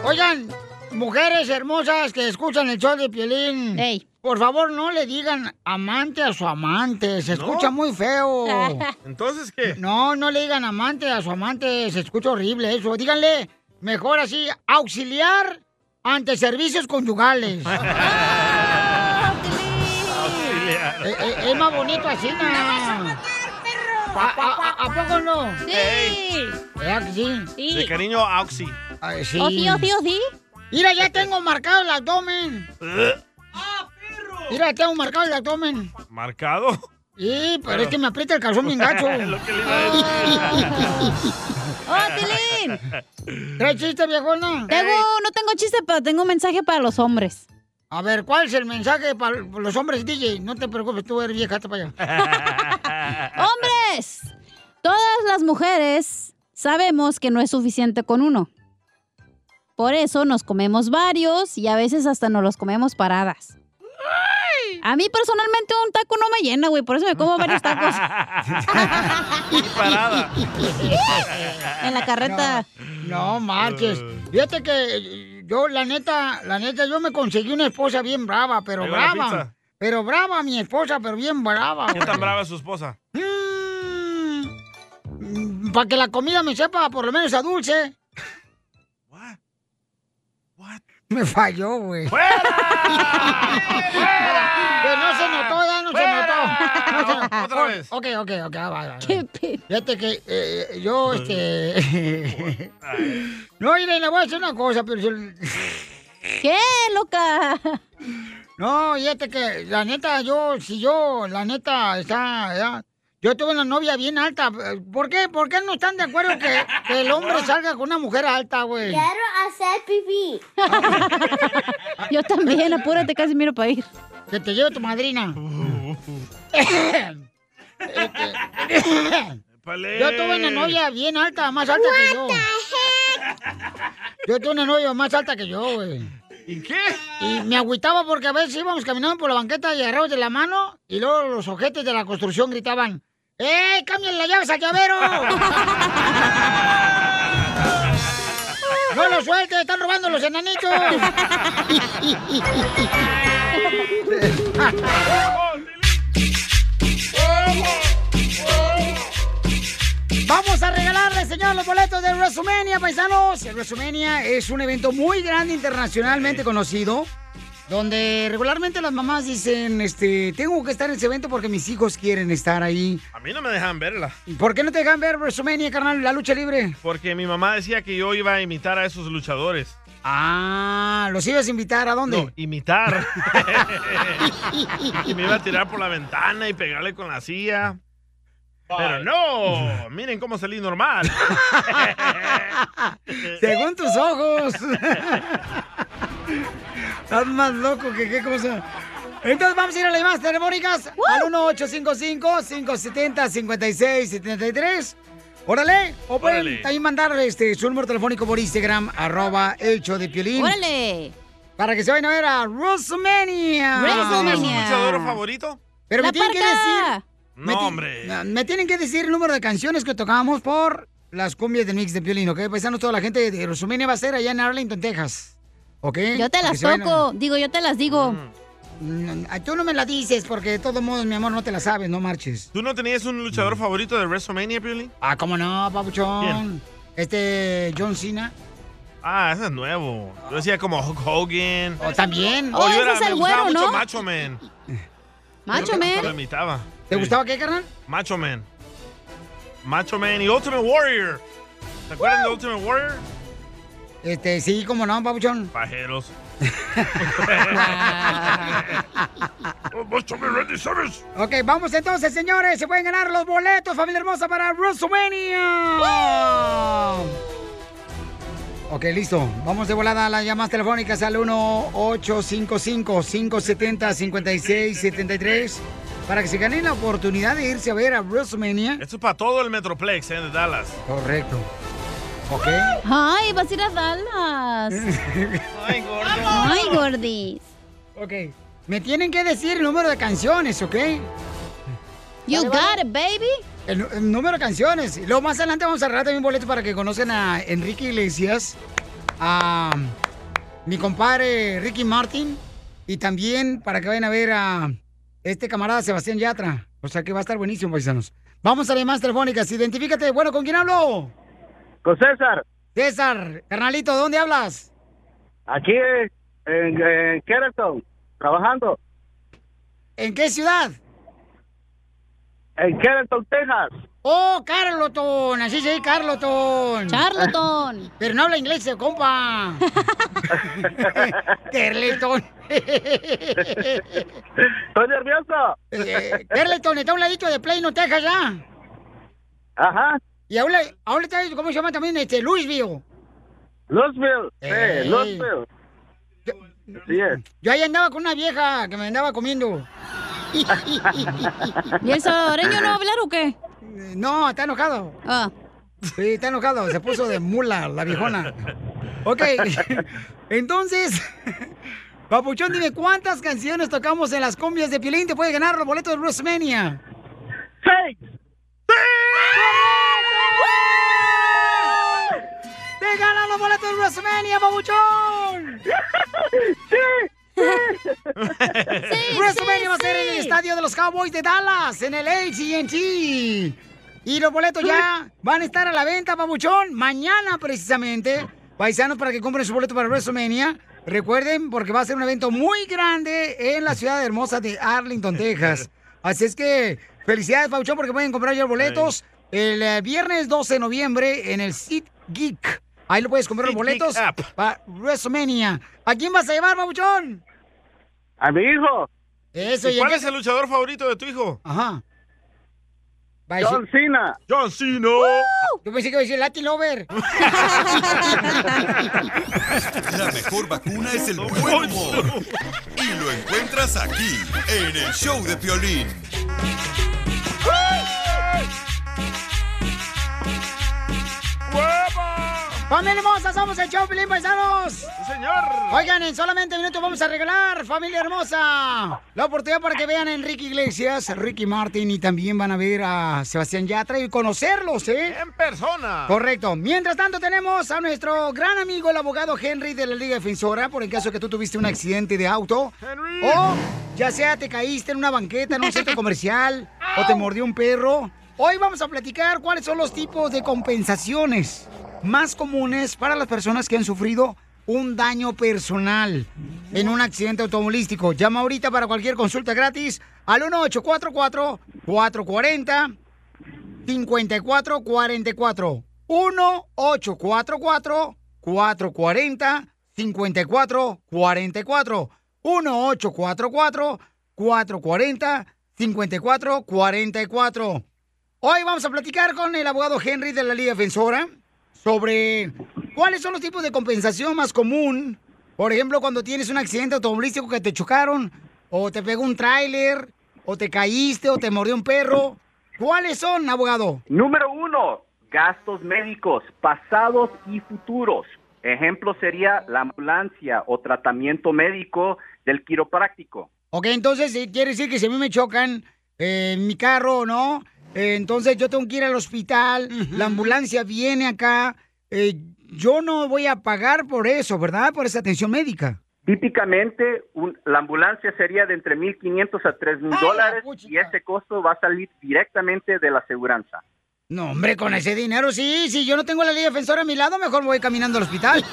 [SPEAKER 1] Oigan, mujeres hermosas que escuchan el show de Piolín. Por favor, no le digan amante a su amante. Se escucha muy feo.
[SPEAKER 2] ¿Entonces qué?
[SPEAKER 1] No, no le digan amante a su amante, se escucha horrible eso. Díganle, mejor así, auxiliar ante servicios conyugales.
[SPEAKER 7] Auxiliar.
[SPEAKER 1] Eh, eh, es más bonito así, ¿no? ¿A, a- a- a poco no?
[SPEAKER 2] Sí.
[SPEAKER 1] ¿Verdad que sí? Oh,
[SPEAKER 2] De cariño, Auxi.
[SPEAKER 1] sí. Oji, oji, Mira, ya tengo marcado el abdomen. Mira, tengo marcado el abdomen.
[SPEAKER 2] ¿Marcado?
[SPEAKER 1] Sí, pero, es que me aprieta el calzón bien gacho. ¡Oh,
[SPEAKER 2] Lo que le iba a decir.
[SPEAKER 1] ¿Trae chiste, viejona?
[SPEAKER 3] Tengo, Eh, no tengo chiste, pero tengo un mensaje para los hombres.
[SPEAKER 1] A ver, ¿cuál es el mensaje para los hombres, DJ? No te preocupes, tú eres vieja, hasta para allá.
[SPEAKER 3] ¡Hombres! Todas las mujeres sabemos que no es suficiente con uno. Por eso nos comemos varios y a veces hasta nos los comemos paradas. A mí personalmente un taco no me llena, güey, por eso me como varios tacos.
[SPEAKER 7] Y parada.
[SPEAKER 3] En la carreta.
[SPEAKER 1] No, no marches. Fíjate que eh, yo, la neta, la neta, yo me conseguí una esposa bien brava, pero
[SPEAKER 2] Ahí va la
[SPEAKER 1] brava.
[SPEAKER 2] pizza.
[SPEAKER 1] Pero brava mi esposa, pero bien brava.
[SPEAKER 2] ¿Qué tan brava es su esposa?
[SPEAKER 1] Mm, Para que la comida me sepa por lo menos a dulce. Me falló, güey. Que no se notó, ya no se notó. No se notó.
[SPEAKER 7] Otra vez.
[SPEAKER 1] Ah, Ok, ok, ok, ah, va, va, va. Fíjate que eh, yo, este... no, mire, le voy a decir una cosa, pero... ¿Qué, loca? No, fíjate que, la neta, yo, si yo, la neta, está... ya, Yo tuve una novia bien alta. eh, ¿Por qué? ¿Por qué no están de acuerdo que, que el hombre salga con una mujer alta, güey? Ah,
[SPEAKER 7] Quiero hacer pipí.
[SPEAKER 1] Yo también, apúrate, casi miro para ir. Que te lleve tu madrina. Yo tuve una novia bien alta, más alta que yo. Yo tuve una novia más alta que yo, güey.
[SPEAKER 2] ¿Y qué?
[SPEAKER 1] Y me agüitaba porque a veces íbamos caminando por la banqueta y agarramos de la mano y luego los ojetes de la construcción gritaban, ¡Eh, cambien las llaves al llavero! ¡No lo sueltes, están robando los enanitos! Vamos a regalarle, señor, los boletos de WrestleMania, paisanos. El WrestleMania es un evento muy grande internacionalmente conocido, donde regularmente las mamás dicen, este, tengo que estar en ese evento porque mis hijos quieren estar ahí.
[SPEAKER 2] A mí no me dejan verla.
[SPEAKER 1] ¿Y ¿Por qué no te dejan ver WrestleMania, carnal, la lucha libre?
[SPEAKER 2] Porque mi mamá decía que yo iba a imitar a esos luchadores.
[SPEAKER 1] Ah, ¿los ibas a invitar a dónde?
[SPEAKER 2] No, imitar. Y me iba a tirar por la ventana y pegarle con la silla. Pero no, miren cómo salí normal.
[SPEAKER 1] Según tus ojos. Estás más loco que qué cosa. Entonces vamos a ir a las llamadas telefónicas al 1-855-570-5673. Órale, o pueden
[SPEAKER 7] Órale.
[SPEAKER 1] también mandar este, su número telefónico por Instagram, arroba el show de Piolín.
[SPEAKER 3] Órale.
[SPEAKER 1] Para que se vayan a ver a WrestleMania.
[SPEAKER 2] ¿Tienes un luchador favorito?
[SPEAKER 1] Pero me tienen que decir... me
[SPEAKER 2] No,
[SPEAKER 1] ti-
[SPEAKER 2] hombre.
[SPEAKER 1] na- Me tienen que decir el número de canciones que tocamos por las cumbias del mix de Piolín, ¿ok? Paisanos, toda la gente de WrestleMania va a ser allá en Arlington, Texas. ¿Ok?
[SPEAKER 3] Yo te las toco, digo, yo te las digo.
[SPEAKER 2] Mm.
[SPEAKER 1] Mm, Tú no me las dices porque de todos modos, mi amor, no te las sabes, no marches.
[SPEAKER 2] ¿Tú no tenías un luchador favorito de WrestleMania, Piolín?
[SPEAKER 1] Ah, ¿cómo no, papuchón?
[SPEAKER 2] ¿Quién?
[SPEAKER 1] Este, John Cena.
[SPEAKER 2] Ah, ese es nuevo. Yo decía como Hulk Hogan.
[SPEAKER 1] O también.
[SPEAKER 2] Oh,
[SPEAKER 1] Oh,
[SPEAKER 2] yo
[SPEAKER 1] ese
[SPEAKER 2] era,
[SPEAKER 1] es
[SPEAKER 2] me
[SPEAKER 1] el
[SPEAKER 2] gustaba
[SPEAKER 1] güero,
[SPEAKER 2] mucho
[SPEAKER 1] ¿no?
[SPEAKER 2] Macho Man.
[SPEAKER 3] Macho
[SPEAKER 2] Yo
[SPEAKER 3] Man.
[SPEAKER 2] Lo imitaba.
[SPEAKER 1] ¿Te gustaba qué, carnal?
[SPEAKER 2] Macho Man. Macho Man y Ultimate Warrior. ¿Se acuerdan de Ultimate Warrior?
[SPEAKER 1] Este, sí, ¿cómo no, papuchón?
[SPEAKER 2] Pajeros. Oh,
[SPEAKER 1] Ok, vamos entonces, señores. Se pueden ganar los boletos, familia hermosa, para WrestleMania. Ok, listo. Vamos de volada a las llamadas telefónicas al 1-855-570-5673 para que se ganen la oportunidad de irse a ver a WrestleMania.
[SPEAKER 2] Esto es para todo el Metroplex eh, de Dallas.
[SPEAKER 1] Correcto. Ok.
[SPEAKER 3] Ay, vas a ir a Dallas.
[SPEAKER 2] Ay, gordo.
[SPEAKER 3] Ay, gordis.
[SPEAKER 1] Ok. Me tienen que decir el número de canciones, ¿ok?
[SPEAKER 3] You got it,
[SPEAKER 1] baby. El, el número de canciones. Y Luego más adelante vamos a arreglar también boleto para que conozcan a Enrique Iglesias, a um, mi compadre Ricky Martin y también para que vayan a ver a este camarada Sebastián Yatra. O sea que va a estar buenísimo, paisanos. Vamos a las más telefónicas. Identifícate. Bueno, ¿con quién hablo?
[SPEAKER 14] Con César.
[SPEAKER 1] César, carnalito, ¿dónde hablas?
[SPEAKER 14] Aquí eh, en, en Keratón, trabajando.
[SPEAKER 1] ¿En qué ciudad?
[SPEAKER 14] En Keratón, Texas.
[SPEAKER 1] ¡Oh, Carloton! Así se dice Carloton. Carloton. Pero no habla inglés, el compa. Carleton.
[SPEAKER 14] Estoy nervioso.
[SPEAKER 1] Carleton, Eh, está a un ladito de Plano, Texas ya.
[SPEAKER 14] Ajá.
[SPEAKER 1] Y ahora, ahora está, ¿cómo se llama también? Este, Louisville.
[SPEAKER 14] Louisville.
[SPEAKER 1] Ey.
[SPEAKER 14] Sí, Louisville. Así es.
[SPEAKER 1] Yo ahí andaba con una vieja que me andaba comiendo.
[SPEAKER 14] ¿Y el salvadoreño no va a
[SPEAKER 1] hablar o qué? Eh, No, está enojado. Ah. Sí, está enojado. Se puso de mula la viejona. Ok. Entonces, Papuchón, dime cuántas canciones tocamos en las cumbias de Piolín. Te puede ganar los boletos de WrestleMania. ¡Seis! ¡Te ganan los boletos de WrestleMania, Papuchón! ¡Sí! WrestleMania va a ser en el estadio de los Cowboys de Dallas, en el AT&T. Y los boletos ya van a estar a la venta, papuchón, mañana precisamente. Paisanos, para que compren su boleto para WrestleMania. Recuerden, porque va a ser un evento muy grande en la ciudad hermosa de Arlington, Texas. Así es que felicidades, Papuchón, porque pueden comprar ya los boletos el eh, viernes 12 de noviembre en el Seat Geek. Ahí lo puedes comprar los boletos para WrestleMania. ¿A quién vas a llevar, Papuchón?
[SPEAKER 14] A mi hijo.
[SPEAKER 1] Eso,
[SPEAKER 2] ¿Y ¿Cuál es el luchador favorito de tu hijo?
[SPEAKER 1] Ajá.
[SPEAKER 14] John Cena.
[SPEAKER 2] John Cena.
[SPEAKER 1] Yo pensé que iba a decir Latin Lover.
[SPEAKER 5] La mejor vacuna es el buen humor. Y lo encuentras aquí, en el show de Piolín.
[SPEAKER 7] ¡Ay,
[SPEAKER 1] ¡Familia hermosa! ¡Somos el show, Pilín Paisanos!
[SPEAKER 2] señor!
[SPEAKER 1] Oigan, en solamente minutos vamos a regalar, familia hermosa, la oportunidad para que vean a Enrique Iglesias, Ricky Martin y también van a ver a Sebastián Yatra y conocerlos, ¿eh?
[SPEAKER 2] En persona.
[SPEAKER 1] Correcto. Mientras tanto, tenemos a nuestro gran amigo, el abogado Henry de la Liga Defensora, por el caso que tú tuviste un accidente de auto.
[SPEAKER 2] Henry.
[SPEAKER 1] O ya sea te caíste en una banqueta, en un centro comercial, o te mordió un perro. Hoy vamos a platicar cuáles son los tipos de compensaciones más comunes para las personas que han sufrido un daño personal en un accidente automovilístico. Llama ahorita para cualquier consulta gratis al 1844-440. 5444 1844 440 5444 1844 440 5444 Hoy vamos a platicar con el abogado Henry de la Liga Defensora sobre cuáles son los tipos de compensación más común. Por ejemplo, cuando tienes un accidente automovilístico que te chocaron, o te pegó un tráiler, o te caíste, o te mordió un perro. ¿Cuáles son, abogado?
[SPEAKER 15] Número uno, gastos médicos pasados y futuros. Ejemplo sería la ambulancia o tratamiento médico del quiropráctico.
[SPEAKER 1] Ok, entonces eh, quiere decir que si a mí me chocan eh, en mi carro, ¿no? Eh, entonces yo tengo que ir al hospital, la ambulancia viene acá. eh, yo no voy a pagar por eso, ¿verdad? Por esa atención médica.
[SPEAKER 15] Típicamente, un- la ambulancia sería de entre 1.500 a 3.000 dólares y ese costo va a salir directamente de la aseguranza.
[SPEAKER 1] No, hombre, con ese dinero, sí, sí, yo no tengo la ley defensora a mi lado, mejor voy caminando al hospital.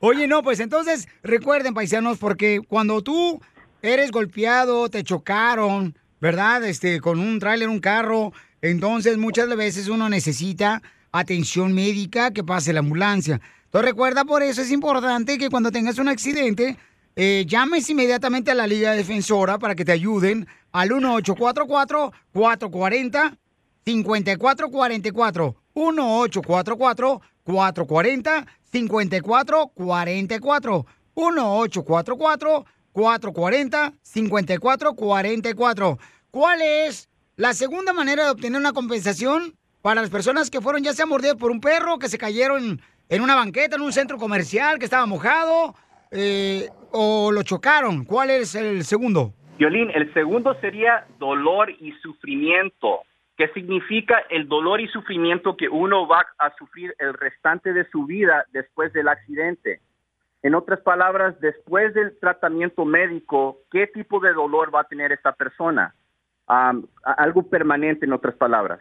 [SPEAKER 1] Oye, no, pues entonces recuerden, paisanos, porque cuando tú eres golpeado, te chocaron, ¿verdad? Este, con un tráiler, un carro, entonces muchas veces uno necesita atención médica, que pase la ambulancia. Entonces recuerda, por eso es importante que cuando tengas un accidente, eh, llames inmediatamente a la Liga Defensora para que te ayuden al 1844 440 5444 1844 440 5444 1844 440 5444 ¿Cuál es la segunda manera de obtener una compensación para las personas que fueron ya sea mordidas por un perro, que se cayeron en una banqueta, en un centro comercial, que estaba mojado eh, o lo chocaron? ¿Cuál es el segundo?
[SPEAKER 15] Violín, el segundo sería dolor y sufrimiento, que significa el dolor y sufrimiento que uno va a sufrir el restante de su vida después del accidente. En otras palabras, después del tratamiento médico, ¿qué tipo de dolor va a tener esta persona? Am, a- algo permanente, en otras palabras.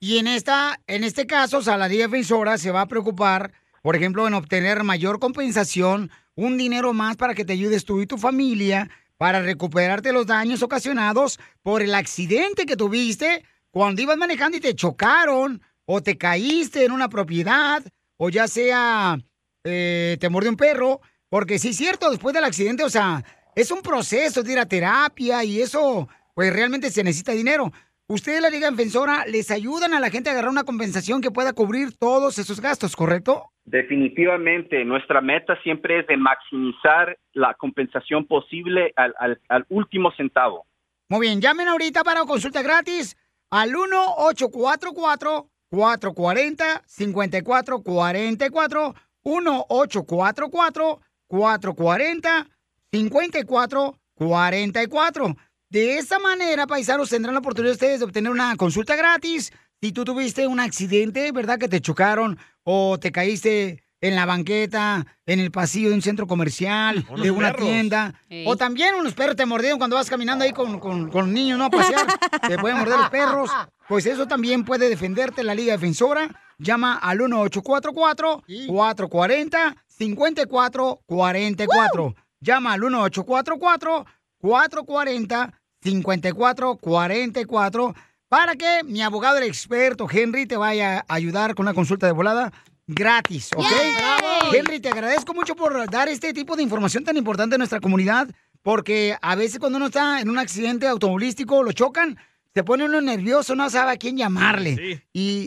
[SPEAKER 1] Y en esta, en este caso, o sea, la Liga Defensora se va a preocupar, por ejemplo, en obtener mayor compensación, un dinero más para que te ayudes tú y tu familia para recuperarte los daños ocasionados por el accidente que tuviste cuando ibas manejando y te chocaron o te caíste en una propiedad o ya sea eh, te mordió un perro, porque sí es cierto, después del accidente, o sea, es un proceso de ir a terapia y eso, pues realmente se necesita dinero. Ustedes, la Liga Defensora, les ayudan a la gente a agarrar una compensación que pueda cubrir todos esos gastos, ¿correcto?
[SPEAKER 15] Definitivamente, nuestra meta siempre es de maximizar la compensación posible al- al- al último centavo.
[SPEAKER 1] Muy bien, llamen ahorita para consulta gratis al 1-844-440-5444. 1-844-440-5444. De esa manera, paisanos, tendrán la oportunidad ustedes de obtener una consulta gratis. Si tú tuviste un accidente, ¿verdad? Que te chocaron o te caíste en la banqueta, en el pasillo de un centro comercial,
[SPEAKER 7] Unos
[SPEAKER 1] de una
[SPEAKER 7] perros.
[SPEAKER 1] tienda.
[SPEAKER 7] Ey.
[SPEAKER 1] O también unos perros te mordieron cuando vas caminando ahí con, con, con niños, ¿no? A pasear. te pueden morder los perros. Pues eso también puede defenderte la Liga Defensora. Llama al 1844-440-5444. Llama al 1844-440-5444 para que mi abogado, el experto Henry, te vaya a ayudar con una consulta de volada gratis, ¿ok?
[SPEAKER 7] ¡Yay! ¡Bravo!
[SPEAKER 1] Henry, te agradezco mucho por dar este tipo de información tan importante a nuestra comunidad, porque a veces cuando uno está en un accidente automovilístico, lo chocan, se pone uno nervioso, no sabe a quién llamarle.
[SPEAKER 2] Sí.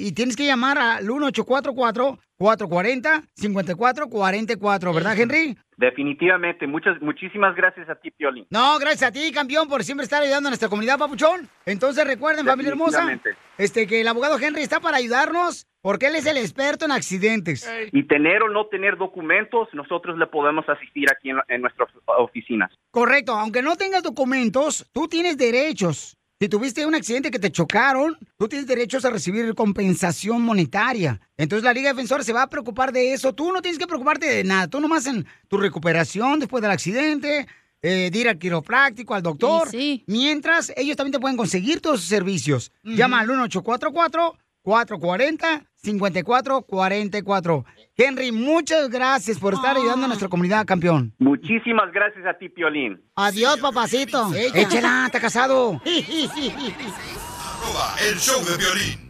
[SPEAKER 1] Y, y tienes que llamar al 1844-440-5444, ¿verdad, Henry?
[SPEAKER 15] Definitivamente, muchas, muchísimas gracias a ti, Piolín.
[SPEAKER 1] No, gracias a ti, campeón, por siempre estar ayudando a nuestra comunidad, papuchón. Entonces recuerden, familia hermosa,
[SPEAKER 15] Definitivamente.
[SPEAKER 1] este, que el abogado Henry está para ayudarnos porque él es el experto en accidentes.
[SPEAKER 15] Y tener o no tener documentos, nosotros le podemos asistir aquí en, la- en nuestras oficinas.
[SPEAKER 1] Correcto, aunque no tengas documentos, tú tienes derechos. Si tuviste un accidente que te chocaron, tú tienes derechos a recibir compensación monetaria. Entonces la Liga Defensora se va a preocupar de eso. Tú no tienes que preocuparte de nada. Tú nomás en tu recuperación después del accidente, eh, de ir al quiropráctico, al doctor. Mientras, ellos también te pueden conseguir todos sus servicios. Llama al 1844 440 5444 Henry, muchas gracias por estar ayudando a nuestra comunidad, campeón.
[SPEAKER 15] Muchísimas gracias a ti, Piolín.
[SPEAKER 1] Adiós, papacito. Échela, está casado.
[SPEAKER 5] El show de violín.